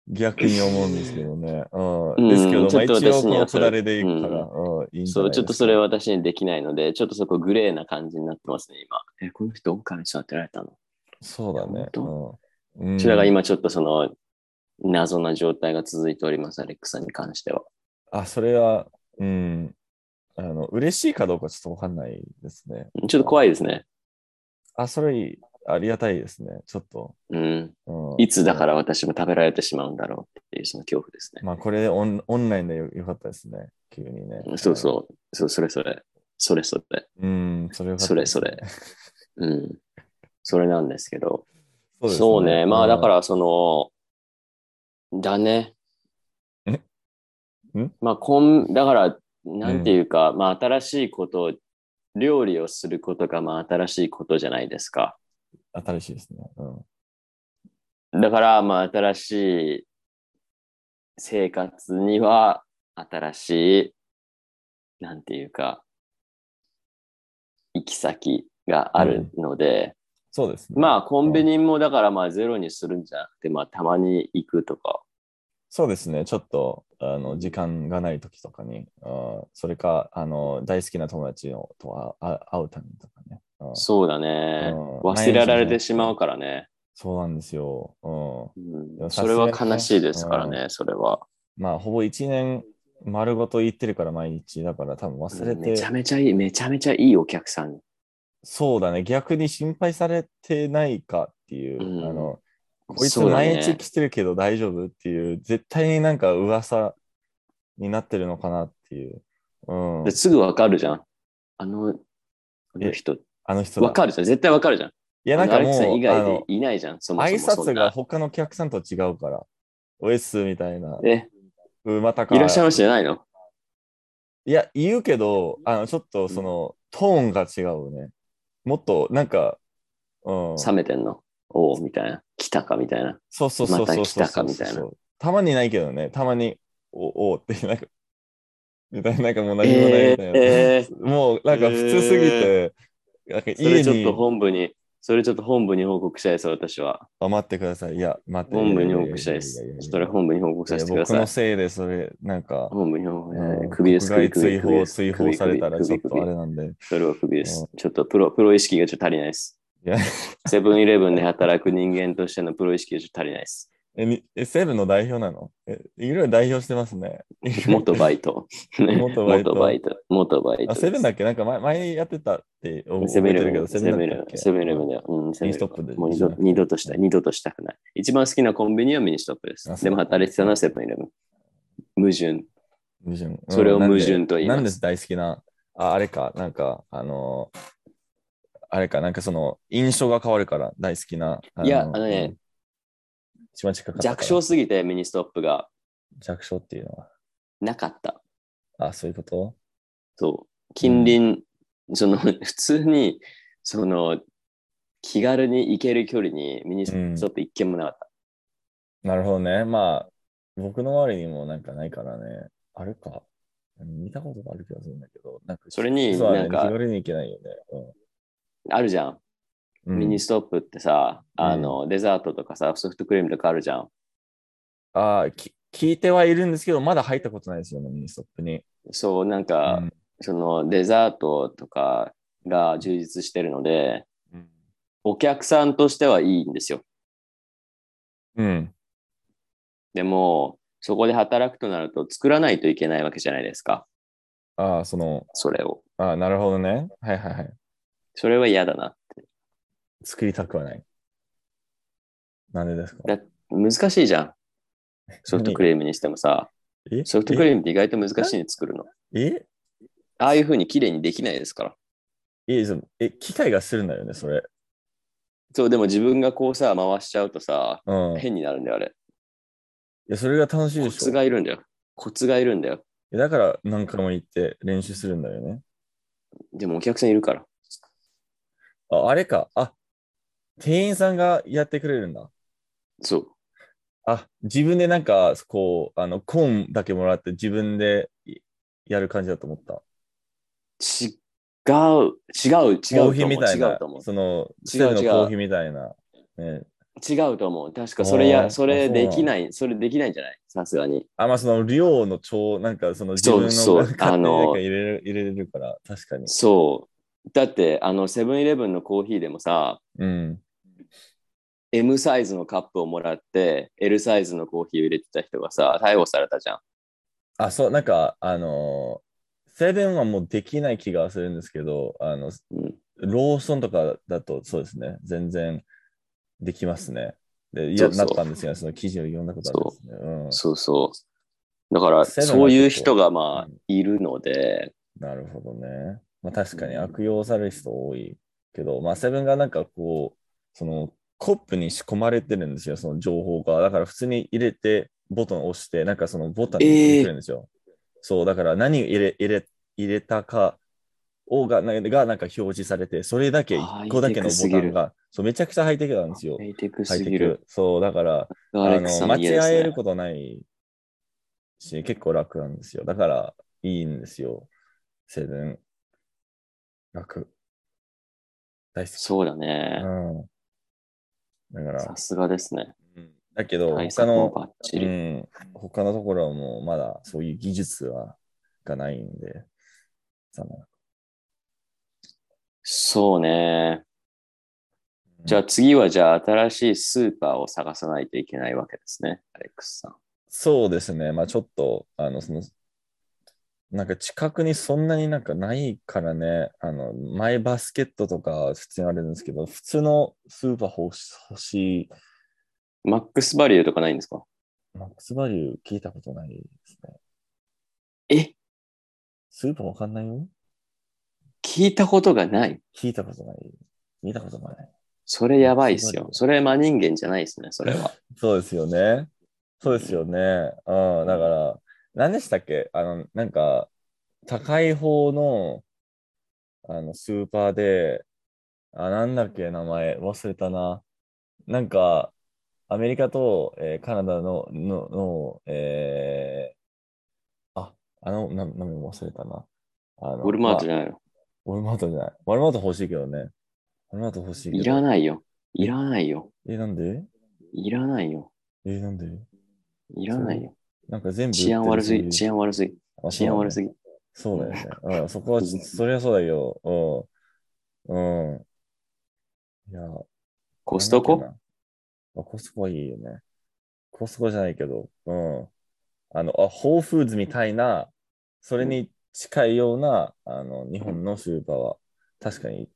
Speaker 1: 逆に思うんですけどね。う、
Speaker 2: うんん
Speaker 1: ですけど、
Speaker 2: ち
Speaker 1: まあ
Speaker 2: ょっと
Speaker 1: 一応
Speaker 2: 私に
Speaker 1: こ
Speaker 2: は
Speaker 1: のく
Speaker 2: それ
Speaker 1: だれでいくから、うん、いいんじゃ
Speaker 2: そ、
Speaker 1: ないうですか
Speaker 2: ちょっとそれは私にできないので、ちょっとそこグレーな感じになってますね、今。え、この人、狼に育てられたの、
Speaker 1: そうだね。
Speaker 2: 本
Speaker 1: うん。
Speaker 2: それが
Speaker 1: うん
Speaker 2: 今ちょっとその、謎な状態が続いております、アレックさんに関しては。
Speaker 1: あ、それは、うん。あの、嬉しいかどうかちょっとわかんないですね。
Speaker 2: ちょっと怖いですね。
Speaker 1: あ、それいいありがたいですね。ちょっと。
Speaker 2: うん。
Speaker 1: うん、
Speaker 2: いつだから私も食べられてしまうんだろうっていう、その恐怖ですね。
Speaker 1: まあ、これでオンオンラインでよよかったですね。急にね。
Speaker 2: そうそう、そう、それそれ、それそれ、
Speaker 1: う。うん、それよかった
Speaker 2: それそれ。うん。それなんですけど、
Speaker 1: そうです
Speaker 2: そうね。まあだか、
Speaker 1: ん
Speaker 2: ら、その、だね。
Speaker 1: ん
Speaker 2: まあ、こん、だから、なんていうか、まあ新しいこと、料理をすることがまあ新しいことじゃないですか。
Speaker 1: 新しいですね。うん。
Speaker 2: だから、まあ新しい生活には新しい、なんていうか、行き先があるので、
Speaker 1: そうですね。
Speaker 2: まあコンビニもだからまあゼロにするんじゃなくて、まあたまに行くとか
Speaker 1: そうですね、ちょっとあの時間がない時とかに、あそれかあの大好きな友達をとはあ会うためにとかね。あ
Speaker 2: そうだね。
Speaker 1: うん
Speaker 2: 忘れられてしまうからね。
Speaker 1: そうなんですよ。う
Speaker 2: う
Speaker 1: も
Speaker 2: ん、
Speaker 1: さす
Speaker 2: そ
Speaker 1: がに
Speaker 2: れは
Speaker 1: ね
Speaker 2: 悲しいですからね、それは。
Speaker 1: ん、まあ、ほぼ1年丸ごと行ってるから毎日だから多分忘れ
Speaker 2: めちゃ
Speaker 1: て、
Speaker 2: めちゃいい、めちゃめちゃいいお客さん。
Speaker 1: そうだね、逆に心配されてないかっていう、
Speaker 2: うん
Speaker 1: あのこいつ
Speaker 2: そうだね
Speaker 1: 毎日来てるけど大丈夫っていう、絶対になんか噂になってるのかなっていう。うん
Speaker 2: で、すぐわかるじゃん。あの、あの人、
Speaker 1: あの人だ
Speaker 2: わかるじゃん。絶対わかるじゃん。
Speaker 1: いや、なんか
Speaker 2: あのアレックさ
Speaker 1: もう、
Speaker 2: ん以外
Speaker 1: あの
Speaker 2: でいないじゃん。そもそ
Speaker 1: 挨
Speaker 2: もそ
Speaker 1: 拶
Speaker 2: ん
Speaker 1: が
Speaker 2: な。
Speaker 1: 他のお客さんと違うから、おえっすみたいな、
Speaker 2: え、
Speaker 1: うんまたか。
Speaker 2: いらっしゃいましたじゃないの
Speaker 1: いや、言うけど、あのちょっとその、トーンが違うね。もっと、なんか、うん、
Speaker 2: 冷めてんのおう、みたいな。来たか、みたいな。
Speaker 1: そうそうそうそうそう
Speaker 2: また来たか
Speaker 1: そう
Speaker 2: み
Speaker 1: そ
Speaker 2: た
Speaker 1: う
Speaker 2: いな
Speaker 1: たまにないけどね、たまに、おおうって、なんか、みたいな、なんかもう何もないみたいな。
Speaker 2: えー
Speaker 1: もう、なんか普通すぎて、なんか
Speaker 2: そ れ
Speaker 1: 家
Speaker 2: ちょっと
Speaker 1: に、
Speaker 2: 本部に、それちょっと本部に報告したいです、私は。
Speaker 1: あ、待ってください。いや、待って。
Speaker 2: 本部に報告したいで
Speaker 1: や
Speaker 2: す
Speaker 1: ややや。
Speaker 2: それ本部に報告させてくだ
Speaker 1: いや僕
Speaker 2: さい
Speaker 1: の。せいで、それ、なんか、
Speaker 2: 本部に報告
Speaker 1: うん
Speaker 2: 首です、
Speaker 1: 国
Speaker 2: 首
Speaker 1: 外追
Speaker 2: 首
Speaker 1: 放、
Speaker 2: 首
Speaker 1: 追
Speaker 2: 首
Speaker 1: 放されたら
Speaker 2: 首
Speaker 1: ちょっとあれ
Speaker 2: 首
Speaker 1: なんで。
Speaker 2: それは首です
Speaker 1: う。
Speaker 2: ちょっとプロ、プロ意識がちょっと足りないです
Speaker 1: いや。
Speaker 2: セブンイレブンで働く人間としてのプロ意識がちょっと足りないです。
Speaker 1: え、にえセブンの代表なのえ、いろいろ代表してますね。
Speaker 2: 元バイト。
Speaker 1: 元バイト
Speaker 2: 元バイト。元バイ ト
Speaker 1: あ、
Speaker 2: です。
Speaker 1: セブンだっけなんか前前やってたって覚
Speaker 2: セブ
Speaker 1: え
Speaker 2: ンイ
Speaker 1: て
Speaker 2: レ
Speaker 1: るけ
Speaker 2: ブン、
Speaker 1: ど、
Speaker 2: セ
Speaker 1: セ
Speaker 2: ブ
Speaker 1: ブ
Speaker 2: ンイ
Speaker 1: ン
Speaker 2: レ
Speaker 1: だっ
Speaker 2: ブ
Speaker 1: た
Speaker 2: ン、
Speaker 1: っ
Speaker 2: セ
Speaker 1: け
Speaker 2: ブンイレブンだよ。うん、セブ
Speaker 1: ミ
Speaker 2: ンイレ
Speaker 1: ニストッ
Speaker 2: ブ
Speaker 1: プ
Speaker 2: ン
Speaker 1: で
Speaker 2: もう二
Speaker 1: じゃ
Speaker 2: 度
Speaker 1: なくて
Speaker 2: 二度としたい、二度としたくない。一番好きなコンビニはミニストップで
Speaker 1: あ
Speaker 2: す。
Speaker 1: そう
Speaker 2: でも働いてたのはセブンイレブン。矛盾。
Speaker 1: 矛盾。うん
Speaker 2: それを
Speaker 1: なんで
Speaker 2: 矛盾と言います
Speaker 1: なんです大好きな、ああれか、なんか、あのーあれか、なんかその、印象が変わるから、大好きな。
Speaker 2: いや
Speaker 1: ー
Speaker 2: あのね、
Speaker 1: うん一番近かったから
Speaker 2: 弱小すぎてミニストップが
Speaker 1: 弱小っていうのは。
Speaker 2: なかった。
Speaker 1: あ、そういうこと
Speaker 2: そう。近隣、その、 普通に、その、気軽に行ける距離にミニストップ一軒もなかった。
Speaker 1: なるほどね。まあ、僕の周りにもなんかないからね。あれか。うん見たことがある気がするんだけど。なんか
Speaker 2: それに
Speaker 1: そうだね
Speaker 2: なんか
Speaker 1: 気軽に行けないよね。
Speaker 2: あるじゃん。
Speaker 1: うん
Speaker 2: ミ
Speaker 1: う
Speaker 2: ニ
Speaker 1: ん
Speaker 2: ストップってさ、あの、デザートとかさ、ソフトクリームとかあるじゃん。
Speaker 1: あーき聞いてはいるんですけど、まだ入ったことないですよね、ミニストップに。
Speaker 2: そう、なんか、
Speaker 1: うん
Speaker 2: そのデザートとかが充実してるので、お客さんとしてはいいんですよ。
Speaker 1: うん。
Speaker 2: でも、そこで働くとなると作らないといけないわけじゃないですか。
Speaker 1: ああ、その、
Speaker 2: それを。
Speaker 1: ああ、なるほどね。はいはいはい。
Speaker 2: それは嫌だな。
Speaker 1: 作りたくはない。なんでですか
Speaker 2: だ難しいじゃん。ソフトクリームにしてもさ、
Speaker 1: え
Speaker 2: ソフトクリームって意外と難しいね、作るの。
Speaker 1: え
Speaker 2: ああいう風に綺麗にできないですから。
Speaker 1: ええそうえ機械がするんだよね、それ。
Speaker 2: そう、でも自分がこうさ、回しちゃうとさ、
Speaker 1: うん。い
Speaker 2: 変になるんだよ、あれ。
Speaker 1: や、それが楽しい
Speaker 2: コ
Speaker 1: でし
Speaker 2: ツ
Speaker 1: ょ。
Speaker 2: がいるんだよ。コツがいるんだよ。
Speaker 1: えだから何回も行って練習するんだよね。
Speaker 2: でもお客さんいるから。
Speaker 1: あ、あれか。あ、店員さんがやってくれるんだ。
Speaker 2: そう。
Speaker 1: あ、自分でなんか、こう、あの、コーンだけもらって自分でいやる感じだと思った。
Speaker 2: 違う、違う、違う
Speaker 1: コ
Speaker 2: と思
Speaker 1: ー
Speaker 2: う。
Speaker 1: ヒーみたい
Speaker 2: 違
Speaker 1: な
Speaker 2: うと思、う。
Speaker 1: その、
Speaker 2: 違う
Speaker 1: セブンの
Speaker 2: 違う
Speaker 1: コーヒーみたいな。ね、
Speaker 2: 違うと思う。確かそれや、
Speaker 1: あー
Speaker 2: そ
Speaker 1: あ
Speaker 2: れ
Speaker 1: そうな
Speaker 2: で
Speaker 1: の
Speaker 2: きない、それできないんじゃないさすがに。
Speaker 1: あ、まあ、その量の調、なんか、その自分の
Speaker 2: そ
Speaker 1: な
Speaker 2: うそう
Speaker 1: んか勝手になん
Speaker 2: あの
Speaker 1: か入れる、入れれるから、確かに。
Speaker 2: そう。だって、あの、セブンイレブンのコーヒーでもさ、
Speaker 1: うん。
Speaker 2: M サイズのカップをもらって、L サイズのコーヒーを入れてた人がさ、逮捕されたじゃん。
Speaker 1: あ、そう、なんか、あのーセブンはもうできない気がするんですけど、あの、
Speaker 2: うん、
Speaker 1: ローソンとかだとそうですね、全然できますね。で、いや
Speaker 2: そうそう
Speaker 1: なったんですよ、その記事を読んだことあるんですね。うん
Speaker 2: そうそう。だから、
Speaker 1: セブンは
Speaker 2: そういう人がまあ
Speaker 1: う、
Speaker 2: いるので、
Speaker 1: なるほどね。まあ確かに悪用される人多いけど、まあセブンがなんかこう、そのコップに仕込まれてるんですよ、その情報が。だから普通に入れて、ボタンを押して、なんかそのボタンに入れてるんですよ。そう、だから何入れ入れ入れたかをがながなんか表示されて、それだけ、
Speaker 2: あー
Speaker 1: 1個だけのボタ
Speaker 2: ハイテクすぎ
Speaker 1: ン
Speaker 2: る
Speaker 1: が、そう、めちゃくちゃハイテクなんですよ
Speaker 2: ハ。イテク
Speaker 1: ハ
Speaker 2: す
Speaker 1: イ
Speaker 2: ぎ
Speaker 1: テ
Speaker 2: る
Speaker 1: ク。。そう、だから、
Speaker 2: ア
Speaker 1: あ
Speaker 2: レック
Speaker 1: の
Speaker 2: さん
Speaker 1: 間
Speaker 2: の家です
Speaker 1: 違える
Speaker 2: ね。
Speaker 1: ことないし、結構楽なんですよ。だから、いいんですよ。セブン。楽。大好き。
Speaker 2: そうだね。
Speaker 1: うん。だから
Speaker 2: さ、すがですね。
Speaker 1: うんだけど、
Speaker 2: 対
Speaker 1: 他
Speaker 2: 策も
Speaker 1: の、
Speaker 2: バッチ
Speaker 1: う
Speaker 2: リ。
Speaker 1: ん、他のところはもうまだそういう技術はがないんで、残念
Speaker 2: そうね。じゃあ次はじゃあ新しいスーパーを探さないといけないわけですね、アレックスさん。
Speaker 1: そうですね、まあちょっと、あの、その、なんか近くにそんなになんかないからね、あの、マイバスケットとか普通にあるんですけど、普通のスーパー欲し欲しい、
Speaker 2: マックスバリューとかないんですか
Speaker 1: マックスバリュー聞いたことないですね。
Speaker 2: え
Speaker 1: スーパーわかんないよ
Speaker 2: 聞いたことがない。
Speaker 1: 聞いたことない。見たこともない。
Speaker 2: それやばいっすよ。
Speaker 1: マックス
Speaker 2: それ真人間じゃないですね、それは。
Speaker 1: そうですよね。そうですよね。うん、だから、何でしたっけあの、なんか、高い方の、あの、スーパーで、あ、なんだっけ、名前、忘れたな。なんか、アメリカと、えーカナダの、の、の、えーあ、あの、な、名前忘れたな。あの、
Speaker 2: ウォルマートじ
Speaker 1: まあ
Speaker 2: ゃないの。
Speaker 1: ウォルマートじゃない。ウォルマート欲しいけどね。ウォルマート欲しいけど。
Speaker 2: いらないよ。いらないよ。
Speaker 1: え、なんで
Speaker 2: いらないよ。
Speaker 1: え、なんで
Speaker 2: いらないよ。
Speaker 1: なんか全部売ってる
Speaker 2: 治安悪す
Speaker 1: そうい
Speaker 2: ぎ、
Speaker 1: う
Speaker 2: 治安悪すぎ、
Speaker 1: あ
Speaker 2: 治安悪すぎ。
Speaker 1: そうだよね。そうだよね。うん、そこは、 そりゃそうだよ。うん。うん。いや、
Speaker 2: コストコ
Speaker 1: なんだっけなあコストコはいいよね。コストコじゃないけど、うん。あの、あ、ホールフーズみたいな、それに近いような、あの、日本のスーパーは、確かに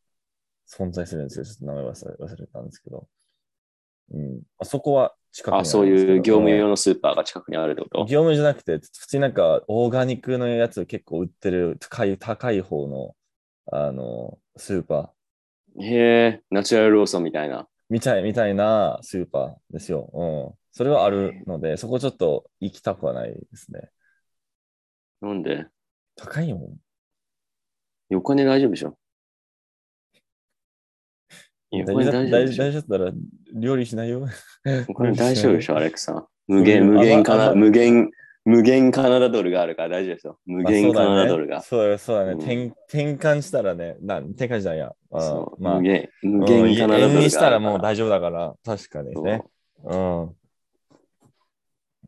Speaker 1: 存在するんですよ。ちょっと名前忘れ忘れたんですけど。うん。あそこは近くに
Speaker 2: あ、
Speaker 1: るんです
Speaker 2: そう
Speaker 1: けど
Speaker 2: いう業務
Speaker 1: うん
Speaker 2: 用のスーパーが近くにあるってこと
Speaker 1: 業務じゃなくて、普通になんか、オーガニックのやつ結構売ってる、高い、高い方の、あの、スーパー、
Speaker 2: へえ、ナチュラルローソンみたいな。
Speaker 1: みたい、みたいなスーパーですよ。うん。それはあるので、そこちょっと行きたくはないですね。
Speaker 2: なんで
Speaker 1: 高いもん。
Speaker 2: お金大丈夫でしょいやお金大丈夫
Speaker 1: 大
Speaker 2: でしょ
Speaker 1: 丈夫だったら、料理しないよ。
Speaker 2: お金大丈夫でしょ、アレックさん。無
Speaker 1: う
Speaker 2: 限、
Speaker 1: ん
Speaker 2: 無限カ
Speaker 1: あま
Speaker 2: ナ、
Speaker 1: あ
Speaker 2: 無限、無限カナダドルがあるから大丈夫ですよ。無
Speaker 1: まあそう
Speaker 2: 限カナダドル
Speaker 1: だね
Speaker 2: が。
Speaker 1: そうだ、そうだね。
Speaker 2: うん
Speaker 1: 転転換したらね、なん転換じゃんや。あ
Speaker 2: そう
Speaker 1: まあ
Speaker 2: 無、限、無限カナダドルがある
Speaker 1: うん
Speaker 2: から。
Speaker 1: 円にしたらもう大丈夫だから、確かですね
Speaker 2: そ。う
Speaker 1: うん。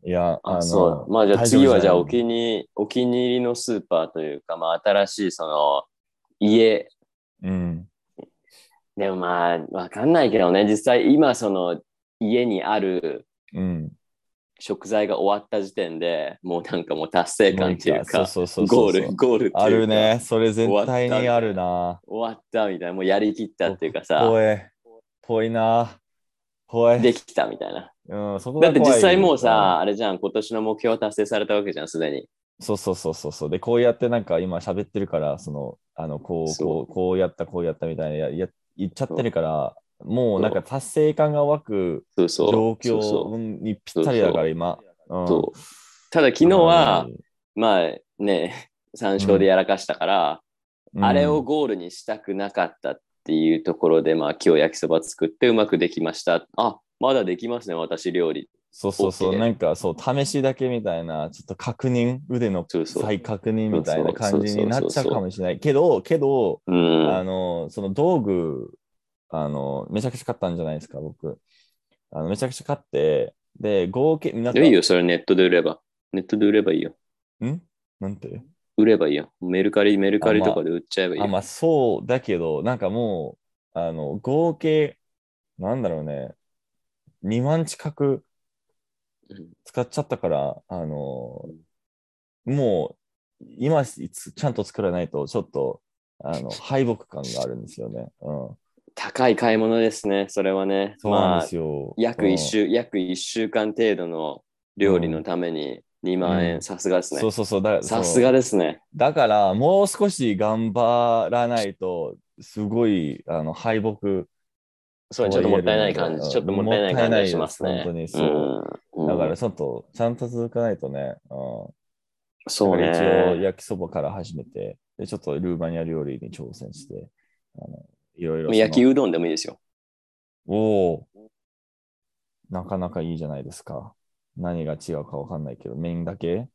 Speaker 1: いや、
Speaker 2: あ
Speaker 1: の
Speaker 2: そう。まあじゃあ
Speaker 1: 大丈夫
Speaker 2: 次はじゃあ
Speaker 1: ない
Speaker 2: お気に、お気に入りのスーパーというか、まあ新しいその家。
Speaker 1: うん。
Speaker 2: でもまあわかんないけどね、実際今その家にある
Speaker 1: うん。
Speaker 2: 食材が終わった時点でもうなんかもう達成感っていう
Speaker 1: なん
Speaker 2: か、
Speaker 1: そうそうそうそう
Speaker 2: ゴール、ゴールっていうか。
Speaker 1: あるね。それ絶対にあるな。
Speaker 2: 終わったみたいな、もうやりきったっていうかさ、
Speaker 1: 怖え。怖いな。怖い。
Speaker 2: できたみたいな。
Speaker 1: うん、そこが
Speaker 2: だって実
Speaker 1: 怖い
Speaker 2: 際もうさ、あれじゃん、今年の目標達成されたわけじゃん、すでに。
Speaker 1: うんそうそうそうそうそう。で、こうやってなんか今喋ってるから、その、あの、こう、
Speaker 2: そ
Speaker 1: こう、こうやった、こうやったみたいなや、や言っちゃってるから、もうなんか達成感が湧く
Speaker 2: そうそう。
Speaker 1: 状
Speaker 2: そうそ
Speaker 1: 況にぴったりだから、今。う
Speaker 2: うんそうただ昨日は、、まあね、3勝で やらかしたから、
Speaker 1: うん
Speaker 2: あれをゴールにしたくなかったっていうところで、まあ今日焼きそば作ってうまくできました。あ、まだできますね、私料理。
Speaker 1: そうそうそ
Speaker 2: OK
Speaker 1: う、なんかそう、試しだけみたいな、ちょっと確認、腕の
Speaker 2: そうそう。
Speaker 1: 再確認みたいな感じになっちゃうかもしれないけど、けど、
Speaker 2: う
Speaker 1: あ
Speaker 2: ん。
Speaker 1: の、その道具、あの、めちゃくちゃ買ったんじゃないですか、僕。あのめちゃくちゃ買って、で、合計、なんか、
Speaker 2: いいよ、それネットで売れば。ネットで売ればいいよ。
Speaker 1: んなんて
Speaker 2: 売ればいいよ。メルカリ、メルカリとかで売っちゃえばいいよ。
Speaker 1: あ、まあそうだけど、なんかもう、あの、合計、なんだろうね、2万近く
Speaker 2: うん
Speaker 1: 使っちゃったから、あの、もう、今いつちゃんと作らないと、ちょっと、あ の、敗北感があるんですよね。うん。
Speaker 2: 高い買い物ですね、それはね。
Speaker 1: そうなん
Speaker 2: まあ
Speaker 1: ですよ。
Speaker 2: 約
Speaker 1: うん
Speaker 2: 1週、約一週間程度の料理のために2万円、
Speaker 1: うん
Speaker 2: さすがです
Speaker 1: そう
Speaker 2: ね。
Speaker 1: そうそう。だ
Speaker 2: さすが
Speaker 1: そう
Speaker 2: ですね。
Speaker 1: だから、もう少し頑張らないと、すごい、あの、敗北。
Speaker 2: それちょっともったいない感
Speaker 1: うん
Speaker 2: じ、ちょっともったいない感じがしますね。
Speaker 1: もったいないです本当に
Speaker 2: うん
Speaker 1: だか
Speaker 2: う
Speaker 1: ら、
Speaker 2: ん
Speaker 1: ちょっと、ちゃんと続かないとね。うん。
Speaker 2: そう
Speaker 1: だから一応、
Speaker 2: ね。
Speaker 1: 焼きそばから始めて、で、ちょっとルーマニア料理に挑戦して、あの、いろいろその。
Speaker 2: 焼きうどんでもいいですよ。
Speaker 1: おお。なかなかいいじゃないですか。何が違うかわかんないけど、麺だけ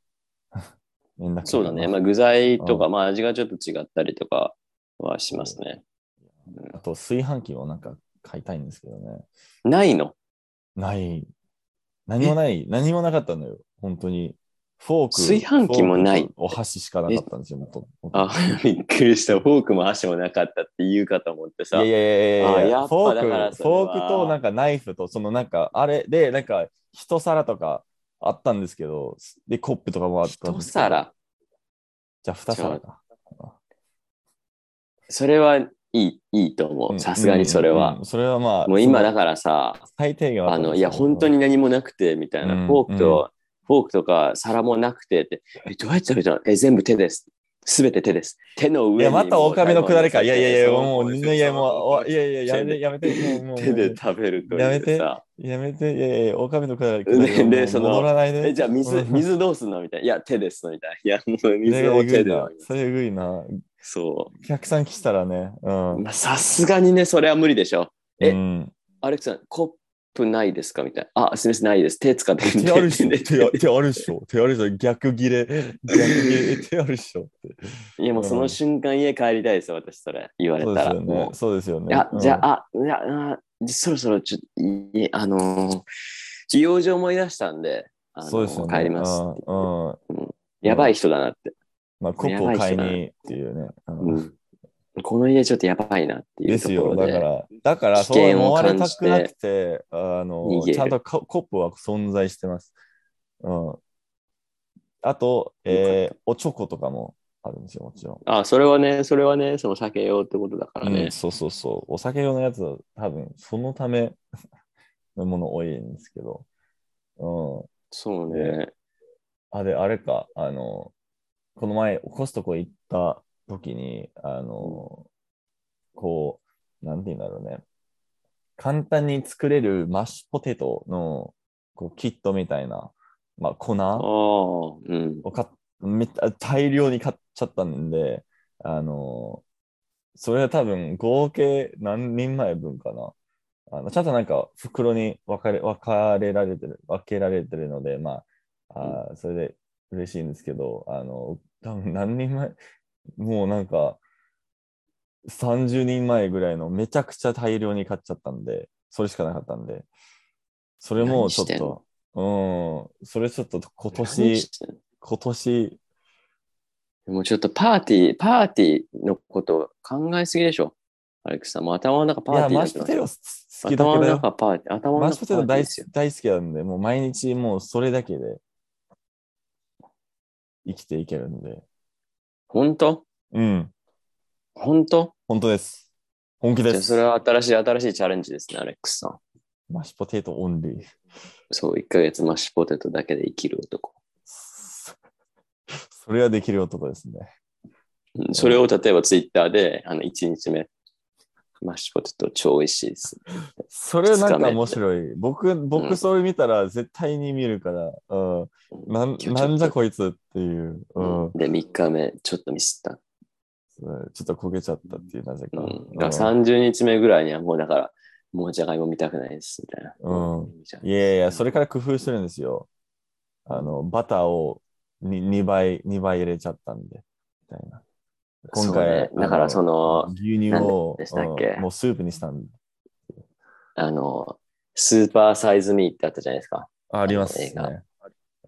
Speaker 1: 麺だけか
Speaker 2: そう
Speaker 1: な
Speaker 2: だね。まあ、具材とか、
Speaker 1: う
Speaker 2: まあ、味がちょっと違ったりとかはしますね。
Speaker 1: あと、炊飯器もなんか買いたいんですけどね。
Speaker 2: ないの
Speaker 1: ない。何もない、何もなかったのよ。本当に。フォーク。
Speaker 2: 炊飯器もない
Speaker 1: フォークとお箸しかなかったんですよ、もともと
Speaker 2: あ、 びっくりした。フォークも箸もなかったって言うかと思って
Speaker 1: い
Speaker 2: さ。
Speaker 1: やいやいやいやい
Speaker 2: あや
Speaker 1: や、
Speaker 2: っ
Speaker 1: フォ
Speaker 2: ぱだから
Speaker 1: ーク、
Speaker 2: そ
Speaker 1: フ
Speaker 2: れは
Speaker 1: ォークとなんかナイフと、そのなんか、あれで、なんか、一皿とかあったんですけど、で、コップとかもあったん
Speaker 2: 一
Speaker 1: ですけど。
Speaker 2: 皿。
Speaker 1: じゃあ、二皿か。
Speaker 2: それはいい、いいと思
Speaker 1: うん
Speaker 2: う。さすがにそれ
Speaker 1: うん
Speaker 2: は
Speaker 1: うん。それはまあ、
Speaker 2: もう今だ
Speaker 1: ら、
Speaker 2: からさ、
Speaker 1: 最低限は
Speaker 2: あの、いや、本当
Speaker 1: に。
Speaker 2: に何もなくて、みたいな。
Speaker 1: うん
Speaker 2: フォークと、フォークとか皿もなくてって、え、どうやって食べたのえ、全部手です。すべて手です。手の上に
Speaker 1: いや、また狼のくだりか。いやいやいや、
Speaker 2: そう
Speaker 1: もう、いやいや、もう、いやいや、やめて、やめて。もうもう
Speaker 2: 手で食べると
Speaker 1: や
Speaker 2: い
Speaker 1: め
Speaker 2: う
Speaker 1: て
Speaker 2: さ。
Speaker 1: やめて、いやいやいや、狼のくだり
Speaker 2: で
Speaker 1: 下りは
Speaker 2: で
Speaker 1: もう
Speaker 2: その
Speaker 1: 戻らないで。
Speaker 2: え、じゃあ水、
Speaker 1: うん
Speaker 2: 水どうすんのみたいな。いや、手です。みたいな。いや、もう
Speaker 1: それ
Speaker 2: 水
Speaker 1: え
Speaker 2: を
Speaker 1: ぐ
Speaker 2: 手
Speaker 1: い
Speaker 2: で
Speaker 1: な。。それえぐいな。
Speaker 2: そ
Speaker 1: 客さん来たらね。うん
Speaker 2: う。。まあさすがにね、それは無理でしょ。え
Speaker 1: うん
Speaker 2: アレックさん、コップないですかみたいな。あ、すみません、ないです。手使って
Speaker 1: 手あるっしょ。
Speaker 2: 手
Speaker 1: 手あ手あるっしょ。手あるっしょ。逆切れ。逆切れ。手あるっしょって。
Speaker 2: いや、もうその瞬間家帰りたいですよ、私、それ。言われ
Speaker 1: そうで
Speaker 2: た
Speaker 1: す
Speaker 2: ら。
Speaker 1: よね
Speaker 2: も。
Speaker 1: そうですよ
Speaker 2: う
Speaker 1: ね。
Speaker 2: いや、じゃ
Speaker 1: あ、
Speaker 2: あ、あ、いや、あそろそろ、ちょっと、いいあのー、ちょ用事思い出したんで、あのー
Speaker 1: そうですよね。
Speaker 2: 帰ります
Speaker 1: う
Speaker 2: って言って
Speaker 1: ん。うん
Speaker 2: やばい人だなって。
Speaker 1: まあ、コップを買いにっていうね。うん
Speaker 2: うんこの家ちょっとやばいなっていう
Speaker 1: で
Speaker 2: と
Speaker 1: す
Speaker 2: こ
Speaker 1: よ。
Speaker 2: ろで。
Speaker 1: だから、だから、
Speaker 2: 危
Speaker 1: そう
Speaker 2: 険
Speaker 1: 思
Speaker 2: を
Speaker 1: われ
Speaker 2: 感
Speaker 1: た
Speaker 2: じ
Speaker 1: くな
Speaker 2: て
Speaker 1: くて、あの
Speaker 2: 逃、げる
Speaker 1: ちゃんとココップは存在してます。うん。あと、
Speaker 2: よ
Speaker 1: えーおチョコとかもあるんですよ、もちろん。
Speaker 2: あ、それはね、それはね、その避けようってことだから
Speaker 1: うん
Speaker 2: ね。
Speaker 1: そうそうそう。お酒用のやつは多分そのためのもの多いんですけど。う
Speaker 2: そうね。
Speaker 1: ん。あ、で、あれか、あの、この前コストコ行った時に、あの、こう、なんて言うんだろうね。簡単に作れるマッシュポテトのこうキットみたいな、まあ、粉
Speaker 2: ああ、うん。
Speaker 1: を買っめっ大量に買っちゃったんで、あのそれは多分合計何人前分かな。あのちゃんとなんか袋に分かれ分かれられてる、分けられてるので、まあ、あーそれで嬉しいんですけど、あの、多分何人前、もうなんか30人前ぐらいのめちゃくちゃ大量に買っちゃったんで、それしかなかったんで、それもちょっ
Speaker 2: 何してん
Speaker 1: と、うん、それちょっと今
Speaker 2: 何
Speaker 1: 年、
Speaker 2: してんの
Speaker 1: 今年、
Speaker 2: もうちょっとパーティー、パーティーのこと考えすぎでしょ。アレックスさん、もう頭の中パ
Speaker 1: い
Speaker 2: ー
Speaker 1: や、
Speaker 2: ティー
Speaker 1: マ
Speaker 2: だ
Speaker 1: ッシュポテト
Speaker 2: よ。
Speaker 1: 好きだ
Speaker 2: 頭
Speaker 1: け
Speaker 2: の
Speaker 1: どよ、
Speaker 2: 中パーティー。頭の
Speaker 1: マッシュポテ
Speaker 2: 中パーテ
Speaker 1: ト
Speaker 2: ィーで
Speaker 1: 大
Speaker 2: すよ。
Speaker 1: 大好きなんで、もう毎日もうそれだけで生きていけるんで。
Speaker 2: 本当
Speaker 1: うん、
Speaker 2: 本当
Speaker 1: 本当です。本気
Speaker 2: じゃ
Speaker 1: で
Speaker 2: あ
Speaker 1: す。
Speaker 2: それは新しい、新しいチャレンジですね、アレックスさん。
Speaker 1: マッシュポテトオンリー。
Speaker 2: そう、1ヶ月マッシュポテトだけで生きる男。
Speaker 1: そそれはできる男ですね。
Speaker 2: うんそれを例えばツイッターで、あの、1日目、マッシュポテト超美味しいです。
Speaker 1: それなんか面
Speaker 2: 二日
Speaker 1: 白い。僕、
Speaker 2: う
Speaker 1: 僕
Speaker 2: ん
Speaker 1: それ見たら絶対に見るから、うん、なん
Speaker 2: 今日ちょっと
Speaker 1: なんじゃこいつっていう、うん
Speaker 2: で、3日目、ちょっとミスった。
Speaker 1: ちょっと焦げちゃったっていう、なぜ
Speaker 2: う
Speaker 1: か。
Speaker 2: ん。だから30日目ぐらいにはもうだから、もうじゃがいも見たくないです、みたいな。
Speaker 1: うん
Speaker 2: 見ちゃう
Speaker 1: いやいや、それから工夫してるんですよ。あの、バターを 2, 倍、2倍入れちゃったんで、みたいな。今
Speaker 2: そう
Speaker 1: 回
Speaker 2: ね、だから
Speaker 1: あの
Speaker 2: その、
Speaker 1: 牛乳を
Speaker 2: 何でしたっけ
Speaker 1: うんもうスープにしたんで。
Speaker 2: あの、スーパーサイズミーってあったじゃないですか。
Speaker 1: あありますね
Speaker 2: 映画。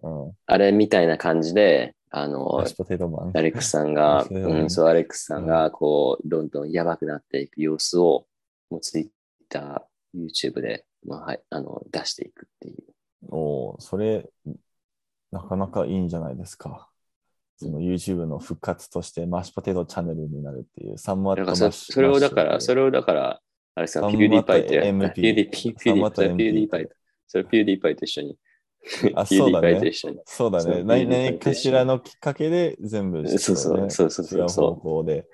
Speaker 1: うん。
Speaker 2: あれみたいな感じで、あの
Speaker 1: マッシ、ュポテトマン。
Speaker 2: アレックスさんが、
Speaker 1: そうだよね
Speaker 2: うん、そう、アレックスさんが、こう、どんどんやばくなっていく様子を、もうツイッター、YouTube で、まあ、はい、あの、出していくっていう。
Speaker 1: おーそれ、なかなかいいんじゃないですか。その YouTube の復活としてマッシュポテトチャンネルになるっていう、サンマッ
Speaker 2: だ
Speaker 1: ト
Speaker 2: か
Speaker 1: マッ
Speaker 2: ら
Speaker 1: シュ
Speaker 2: そ、それをだから、そ
Speaker 1: れ
Speaker 2: れをだから、あれさ、
Speaker 1: サン
Speaker 2: ピューディーパイって、
Speaker 1: マット
Speaker 2: あピューディー
Speaker 1: MP
Speaker 2: ピューディー
Speaker 1: サンマット
Speaker 2: それピューディーパイと、それピューディーパイと一緒に。ピュ
Speaker 1: あ
Speaker 2: ーディ
Speaker 1: そう
Speaker 2: ー
Speaker 1: だ
Speaker 2: パ
Speaker 1: ね
Speaker 2: イと一緒に。
Speaker 1: そうだ
Speaker 2: そう
Speaker 1: ね。何
Speaker 2: いい
Speaker 1: 何かしらのきっかけで全部、
Speaker 2: そうそう、そうそう
Speaker 1: 違
Speaker 2: そううそう
Speaker 1: 方。向で。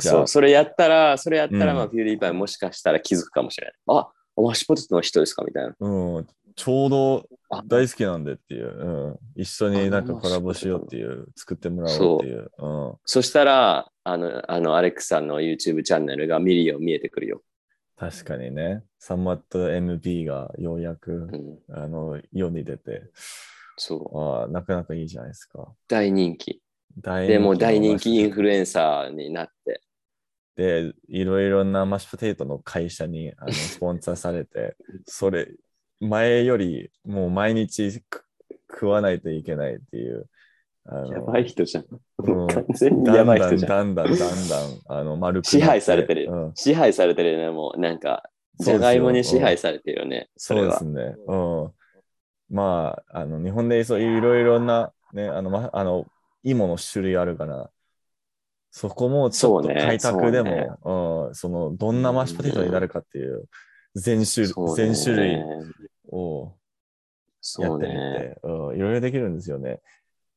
Speaker 1: じゃあ
Speaker 2: そう、それやったら、それやった
Speaker 1: う
Speaker 2: ら、
Speaker 1: ん
Speaker 2: まあ、ピューリーパイもしかしたら気づくかもしれない。あ、マッシュポテトの人ですかみたいな。
Speaker 1: うん、ちょうど
Speaker 2: あ
Speaker 1: 大好きなんでっていう、うん、一緒になんかコラボしようっていう、作ってもらおうっていう。うん、
Speaker 2: そしたら、あの、あの、アレックさんの YouTube チャンネルが見るよう見えてくるよ。
Speaker 1: 確かにね、サンマット MP がようやく
Speaker 2: う、ん、
Speaker 1: あの世に出て、
Speaker 2: そう。
Speaker 1: ああなかなかいいじゃないですか。
Speaker 2: 大人気。
Speaker 1: 大
Speaker 2: でもう大人気イン
Speaker 1: フ
Speaker 2: フルエンサーになって。
Speaker 1: で、いろいろなマッシュポテトの会社にあのスポンサーされて、それ、前よりもう毎日く食わないといけないっていう。あの
Speaker 2: やばい人じゃん。
Speaker 1: うん
Speaker 2: 完全に
Speaker 1: だ
Speaker 2: や
Speaker 1: ん
Speaker 2: ば
Speaker 1: だ
Speaker 2: い人
Speaker 1: ん
Speaker 2: じゃん。
Speaker 1: だんだんだんだんあの丸くなって
Speaker 2: 支配されてる
Speaker 1: うん
Speaker 2: 支配されてるよね、もう。なんか、じ
Speaker 1: そうですよ
Speaker 2: ゃがいもに支配されてるよね。
Speaker 1: そ
Speaker 2: そ
Speaker 1: う
Speaker 2: れ
Speaker 1: で
Speaker 2: は
Speaker 1: す。ね。うん。まあ、あの日本でそういういろいろな、ね、あの、ま、あの、芋の種類あるから、そこもちょっ
Speaker 2: そ
Speaker 1: と
Speaker 2: うね
Speaker 1: 開拓でも、
Speaker 2: そううね
Speaker 1: ん、その、どんなマッシュポテトになるかっていう、全種
Speaker 2: そうね
Speaker 1: 全種類をや
Speaker 2: そ
Speaker 1: っ
Speaker 2: う
Speaker 1: てみて、
Speaker 2: ね。
Speaker 1: うん、いろいろできるんですよね。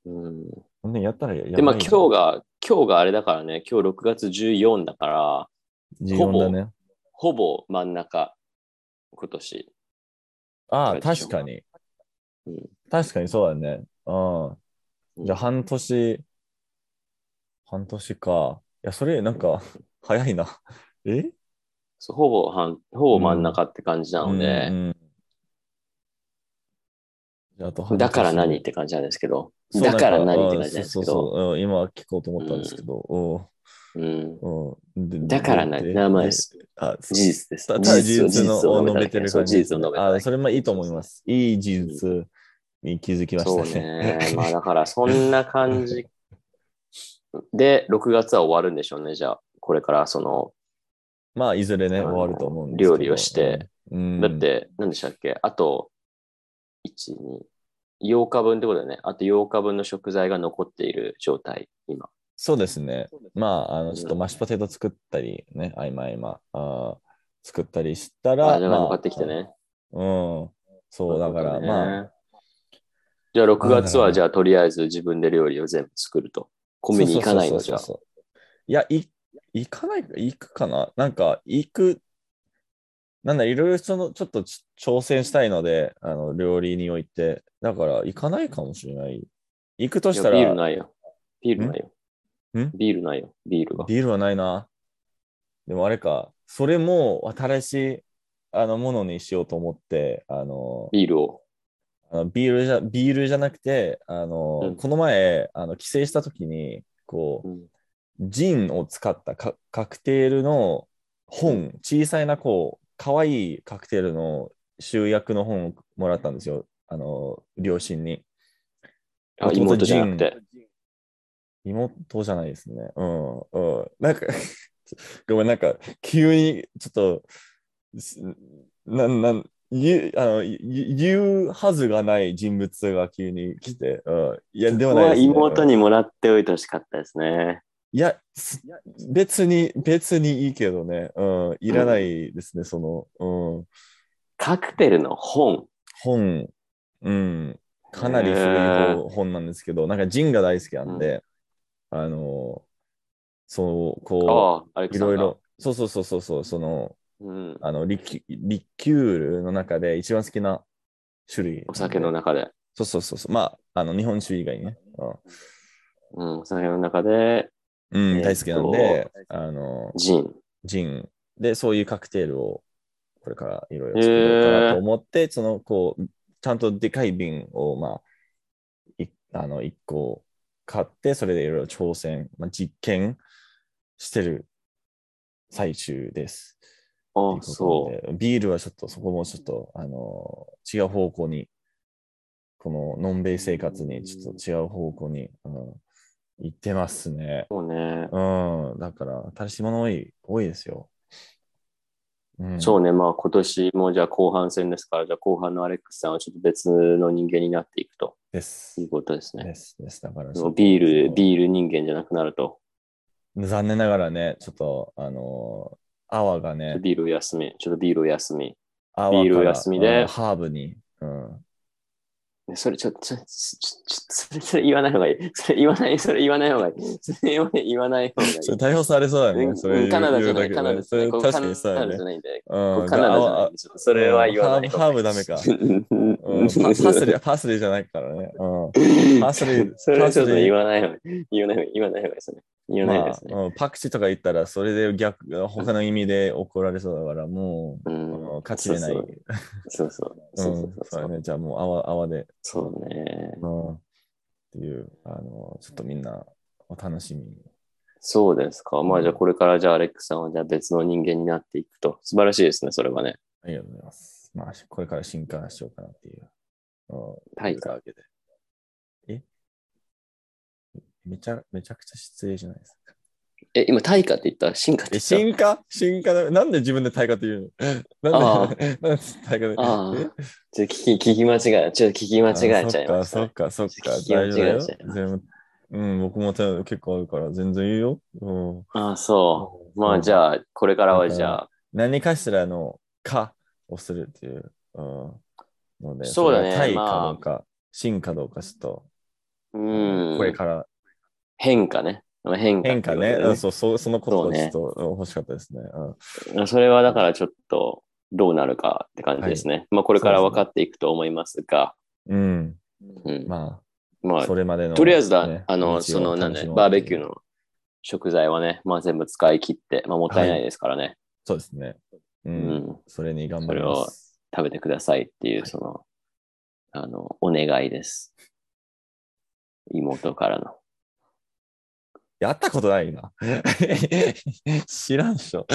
Speaker 2: うん
Speaker 1: ほんで、やったらや
Speaker 2: で、まあ
Speaker 1: が
Speaker 2: 今日が、今日があれだからね、今日6月14だから、
Speaker 1: 14だね。
Speaker 2: ほぼ真ん中、今年。
Speaker 1: ああ、確かに。
Speaker 2: うん
Speaker 1: 確かにそうだね。うん。じゃあ半年、半年か。いや、それなんか早いな。 え
Speaker 2: そうほぼ半、ほぼ真ん中って感じなので、
Speaker 1: うんうんじゃああと半年
Speaker 2: だから何って感じなんですけど、
Speaker 1: そう
Speaker 2: だから
Speaker 1: なん
Speaker 2: 何って
Speaker 1: う
Speaker 2: 感じなんです
Speaker 1: そう
Speaker 2: け
Speaker 1: そう
Speaker 2: ど、
Speaker 1: そう、うん今聞こうと思ったんですけど。
Speaker 2: うん
Speaker 1: うんうんで
Speaker 2: だから何
Speaker 1: で
Speaker 2: 名前
Speaker 1: で
Speaker 2: です。
Speaker 1: あ、そ
Speaker 2: 事
Speaker 1: う
Speaker 2: 実です。
Speaker 1: たただ事
Speaker 2: 事
Speaker 1: 実
Speaker 2: 実
Speaker 1: のを
Speaker 2: を述
Speaker 1: 述
Speaker 2: べ
Speaker 1: べ
Speaker 2: て
Speaker 1: て
Speaker 2: る
Speaker 1: る
Speaker 2: そう
Speaker 1: 感
Speaker 2: 事
Speaker 1: じ
Speaker 2: 実を述べただ
Speaker 1: あ、
Speaker 2: け
Speaker 1: それもいいと思います。いい事実に気づきまし
Speaker 2: そ
Speaker 1: た
Speaker 2: う
Speaker 1: ね。
Speaker 2: ね。まあだからそんな感じで、6月は終わるんでしょうね、じゃあ。これからその、
Speaker 1: まあ、いずれね、
Speaker 2: あの
Speaker 1: 終わると思うんですけど
Speaker 2: 料理をして、
Speaker 1: うん
Speaker 2: だっ、て何でしたっけあと、1、2、8日分ってことだよね。あと8日分の食材が残っている状態、今。
Speaker 1: そうですね。まあ、あ
Speaker 2: う
Speaker 1: の、
Speaker 2: ん
Speaker 1: ちょっとマッシュポテト作ったり、ね、合間合間、あー作ったりしたら、
Speaker 2: あ、じゃがいも買ってきてね。
Speaker 1: うん。そう、だから、まあ、
Speaker 2: あ。じゃあ6月
Speaker 1: まあだから
Speaker 2: は、じゃあとりあえず自分で料理を全部作ると。コンビニ行かないのじ
Speaker 1: そう
Speaker 2: ゃ
Speaker 1: そうそうそういや、い行かない、行くかななんか、行く、なんだ、いろいろその、ちょっとち挑戦したいので、あの、料理において、だから、行かないかもしれない。行くと
Speaker 2: あ。
Speaker 1: した
Speaker 2: い
Speaker 1: ら、
Speaker 2: やビールないよ。ビールないよ。
Speaker 1: ん
Speaker 2: ビールないよ。ビールが。
Speaker 1: ビールはないな。でもあれか、それも新しいあのものにしようと思って、あの、
Speaker 2: ビールを。
Speaker 1: あのビールじゃ、ビールじゃなくて、あの、
Speaker 2: うん
Speaker 1: この前、あの、帰省した時に、こ
Speaker 2: う
Speaker 1: う、
Speaker 2: ん
Speaker 1: ジンを使ったカカクテールの本、小さいな、こう、可愛いカクテールの集約の本をもらったんですよ。あの、両親に。
Speaker 2: あ、妹じゃなくて。
Speaker 1: 妹じゃないですね。うん、うん。なんか、 ごめん、なんか、急に、ちょっと、すなん、なん、言う、あの、言う言うはずがない人物が急に来て、うん。いや、では
Speaker 2: ここ
Speaker 1: ないです、
Speaker 2: は
Speaker 1: ね。
Speaker 2: 妹
Speaker 1: うん
Speaker 2: にもらっておいてほしかったですね。
Speaker 1: いや、す別に、別にいいけどね、うん。いらないですね、その、うん。
Speaker 2: カクテルの本。
Speaker 1: 本、うん、かなり古い
Speaker 2: へ
Speaker 1: 方
Speaker 2: ー
Speaker 1: 本なんですけど、なんかジンが大好きなんで、あの、そう、こ
Speaker 2: ああ、アレ
Speaker 1: う、
Speaker 2: ク
Speaker 1: い
Speaker 2: さん
Speaker 1: ろ
Speaker 2: が
Speaker 1: い。ろ、そうそうそうそうそう、その、
Speaker 2: うん、
Speaker 1: あのリキ、リキュールの中で一番好きな種類。
Speaker 2: お酒の。中で。
Speaker 1: そうそうそうそう、まあ、あの、日本酒以外にね。うん
Speaker 2: うん、お酒の中で、
Speaker 1: うん、
Speaker 2: えーっと
Speaker 1: 大好きなんで、あの、
Speaker 2: ジン。
Speaker 1: ジンで、そういうカクテールをこれからいろい
Speaker 2: へ
Speaker 1: ろ
Speaker 2: ー
Speaker 1: 作ろうかなと思って、その、こう、ちゃんとでかい瓶を、まあ、いあの、1個買って、それでいろいろ挑戦、まあ、実験してる最中です。
Speaker 2: あ
Speaker 1: ということ
Speaker 2: そう。
Speaker 1: でビールはちょっと、そこもちょっと、あの、違う方向に、この、のんべい生活に、ちょっと違う方向に、うん、行ってますね。
Speaker 2: そうね。
Speaker 1: うん、だから、新しいもの多い、多いですよ。うん、
Speaker 2: そうね。まあ今年もじゃあ後半戦ですから、じゃあ後半のアレックスさんはちょっと別の人間になっていくと
Speaker 1: です
Speaker 2: い。うことですね。
Speaker 1: です、です。だから、
Speaker 2: もうビール、
Speaker 1: ー
Speaker 2: ビール人間じゃなくなると。
Speaker 1: ル。残念ながらね、ちょっと、あのー、泡がね、
Speaker 2: ビールを休み。ちょっとビールを休み。
Speaker 1: 泡
Speaker 2: ビール
Speaker 1: から
Speaker 2: 休みで
Speaker 1: うんハーブに、うん。
Speaker 2: ねそれちょっと、ちょ、ちょ、ちょ、ちょそれ、それ言わない方がいい。それ言わない、それ言わない方がいい。それ言わない、言わない方がいい。
Speaker 1: それ逮捕されそうだ
Speaker 2: う
Speaker 1: ね。
Speaker 2: ん
Speaker 1: それ
Speaker 2: うんカナダじゃない、
Speaker 1: 言う
Speaker 2: カナダ
Speaker 1: だ
Speaker 2: じ
Speaker 1: け
Speaker 2: ゃ
Speaker 1: で
Speaker 2: な
Speaker 1: ねそれ
Speaker 2: い。ここカ
Speaker 1: 確か
Speaker 2: ナダ
Speaker 1: に
Speaker 2: じ
Speaker 1: そう
Speaker 2: ゃ
Speaker 1: だね。
Speaker 2: ないんで。
Speaker 1: う
Speaker 2: こ
Speaker 1: ん、
Speaker 2: こカナダじゃ
Speaker 1: あ
Speaker 2: な
Speaker 1: あ
Speaker 2: いんで。それは言わない
Speaker 1: ハ
Speaker 2: 方
Speaker 1: ーブハ
Speaker 2: がいい。
Speaker 1: ーブダメか
Speaker 2: うん
Speaker 1: うんパパスリー、パスリーじゃないからね。うパスリ
Speaker 2: それはちょっと
Speaker 1: パスリ
Speaker 2: 言わない方がいい。言わない方がいい。言わない方がいいですね。言
Speaker 1: ん。
Speaker 2: わない
Speaker 1: まあ
Speaker 2: 方がいいです、ね。
Speaker 1: うんパクチーとか言ったら、それで逆、他の意味で怒られそうだから、もう、
Speaker 2: うん
Speaker 1: あの勝ち得ない。
Speaker 2: そうそうそ
Speaker 1: う
Speaker 2: うそうそ
Speaker 1: ん
Speaker 2: う、
Speaker 1: そ
Speaker 2: そう
Speaker 1: だ
Speaker 2: うそう。
Speaker 1: ね。じゃあもう泡泡で、
Speaker 2: そうね。
Speaker 1: うん、っていう、あの、ちょっとみんなお楽しみに。
Speaker 2: そうですか。まあじゃあこれからじゃあアレックスさんはじゃあ別の人間になっていくと。素晴らしいですね、それはね。
Speaker 1: ありがとうございます。まあ、これから進化しようかなっていう。うん
Speaker 2: 大
Speaker 1: わけで。えめちゃめちゃくちゃ失礼じゃないです か。
Speaker 2: え、今、対価って言った進化って
Speaker 1: え、
Speaker 2: 言
Speaker 1: 進
Speaker 2: っ
Speaker 1: 化進化だなんで自分で大化って言うの なんでなんで大化で
Speaker 2: たああ。ちょっと聞き、聞き間違え、ちょっと聞き間違えちゃいました
Speaker 1: そ
Speaker 2: ね、
Speaker 1: っか、そっか、そっか
Speaker 2: 聞、き間違
Speaker 1: 大
Speaker 2: え
Speaker 1: 丈夫だよ
Speaker 2: ちゃいました
Speaker 1: 全部うん、僕もた結構あるから、全然言うよ。うん、
Speaker 2: ああ、そう。まあ、じゃあ、これからはじゃあ、
Speaker 1: 何かしらの「か」をするっていう、うん、ので、
Speaker 2: そうだね
Speaker 1: れが対
Speaker 2: まあ
Speaker 1: かどうか、真かどうかちょっと、
Speaker 2: うん
Speaker 1: こ。れから
Speaker 2: 変化ね。変化
Speaker 1: 変化ね、うんそうそう、そのこと
Speaker 2: そう
Speaker 1: がちょ
Speaker 2: ね
Speaker 1: っとうん欲しかったですね。うん
Speaker 2: うんそれはだからちょっとどうなるかって感じですね。まあこれから分かっていくと思いますが、
Speaker 1: うん、
Speaker 2: うん
Speaker 1: まあ、
Speaker 2: まあ
Speaker 1: それまでのね、
Speaker 2: とりあえずだ、あの、
Speaker 1: 日常
Speaker 2: そ
Speaker 1: を
Speaker 2: のなん
Speaker 1: 楽
Speaker 2: だ、
Speaker 1: しもう
Speaker 2: バーベキューの食材はね、まあ全部使い切って、まあもったいないですからね、
Speaker 1: そうですね。うん、
Speaker 2: うん、
Speaker 1: それに頑張ります。
Speaker 2: 食べてくださいっていうその、あの、お願いです。妹からの。
Speaker 1: やったことないな。知らんっしょ。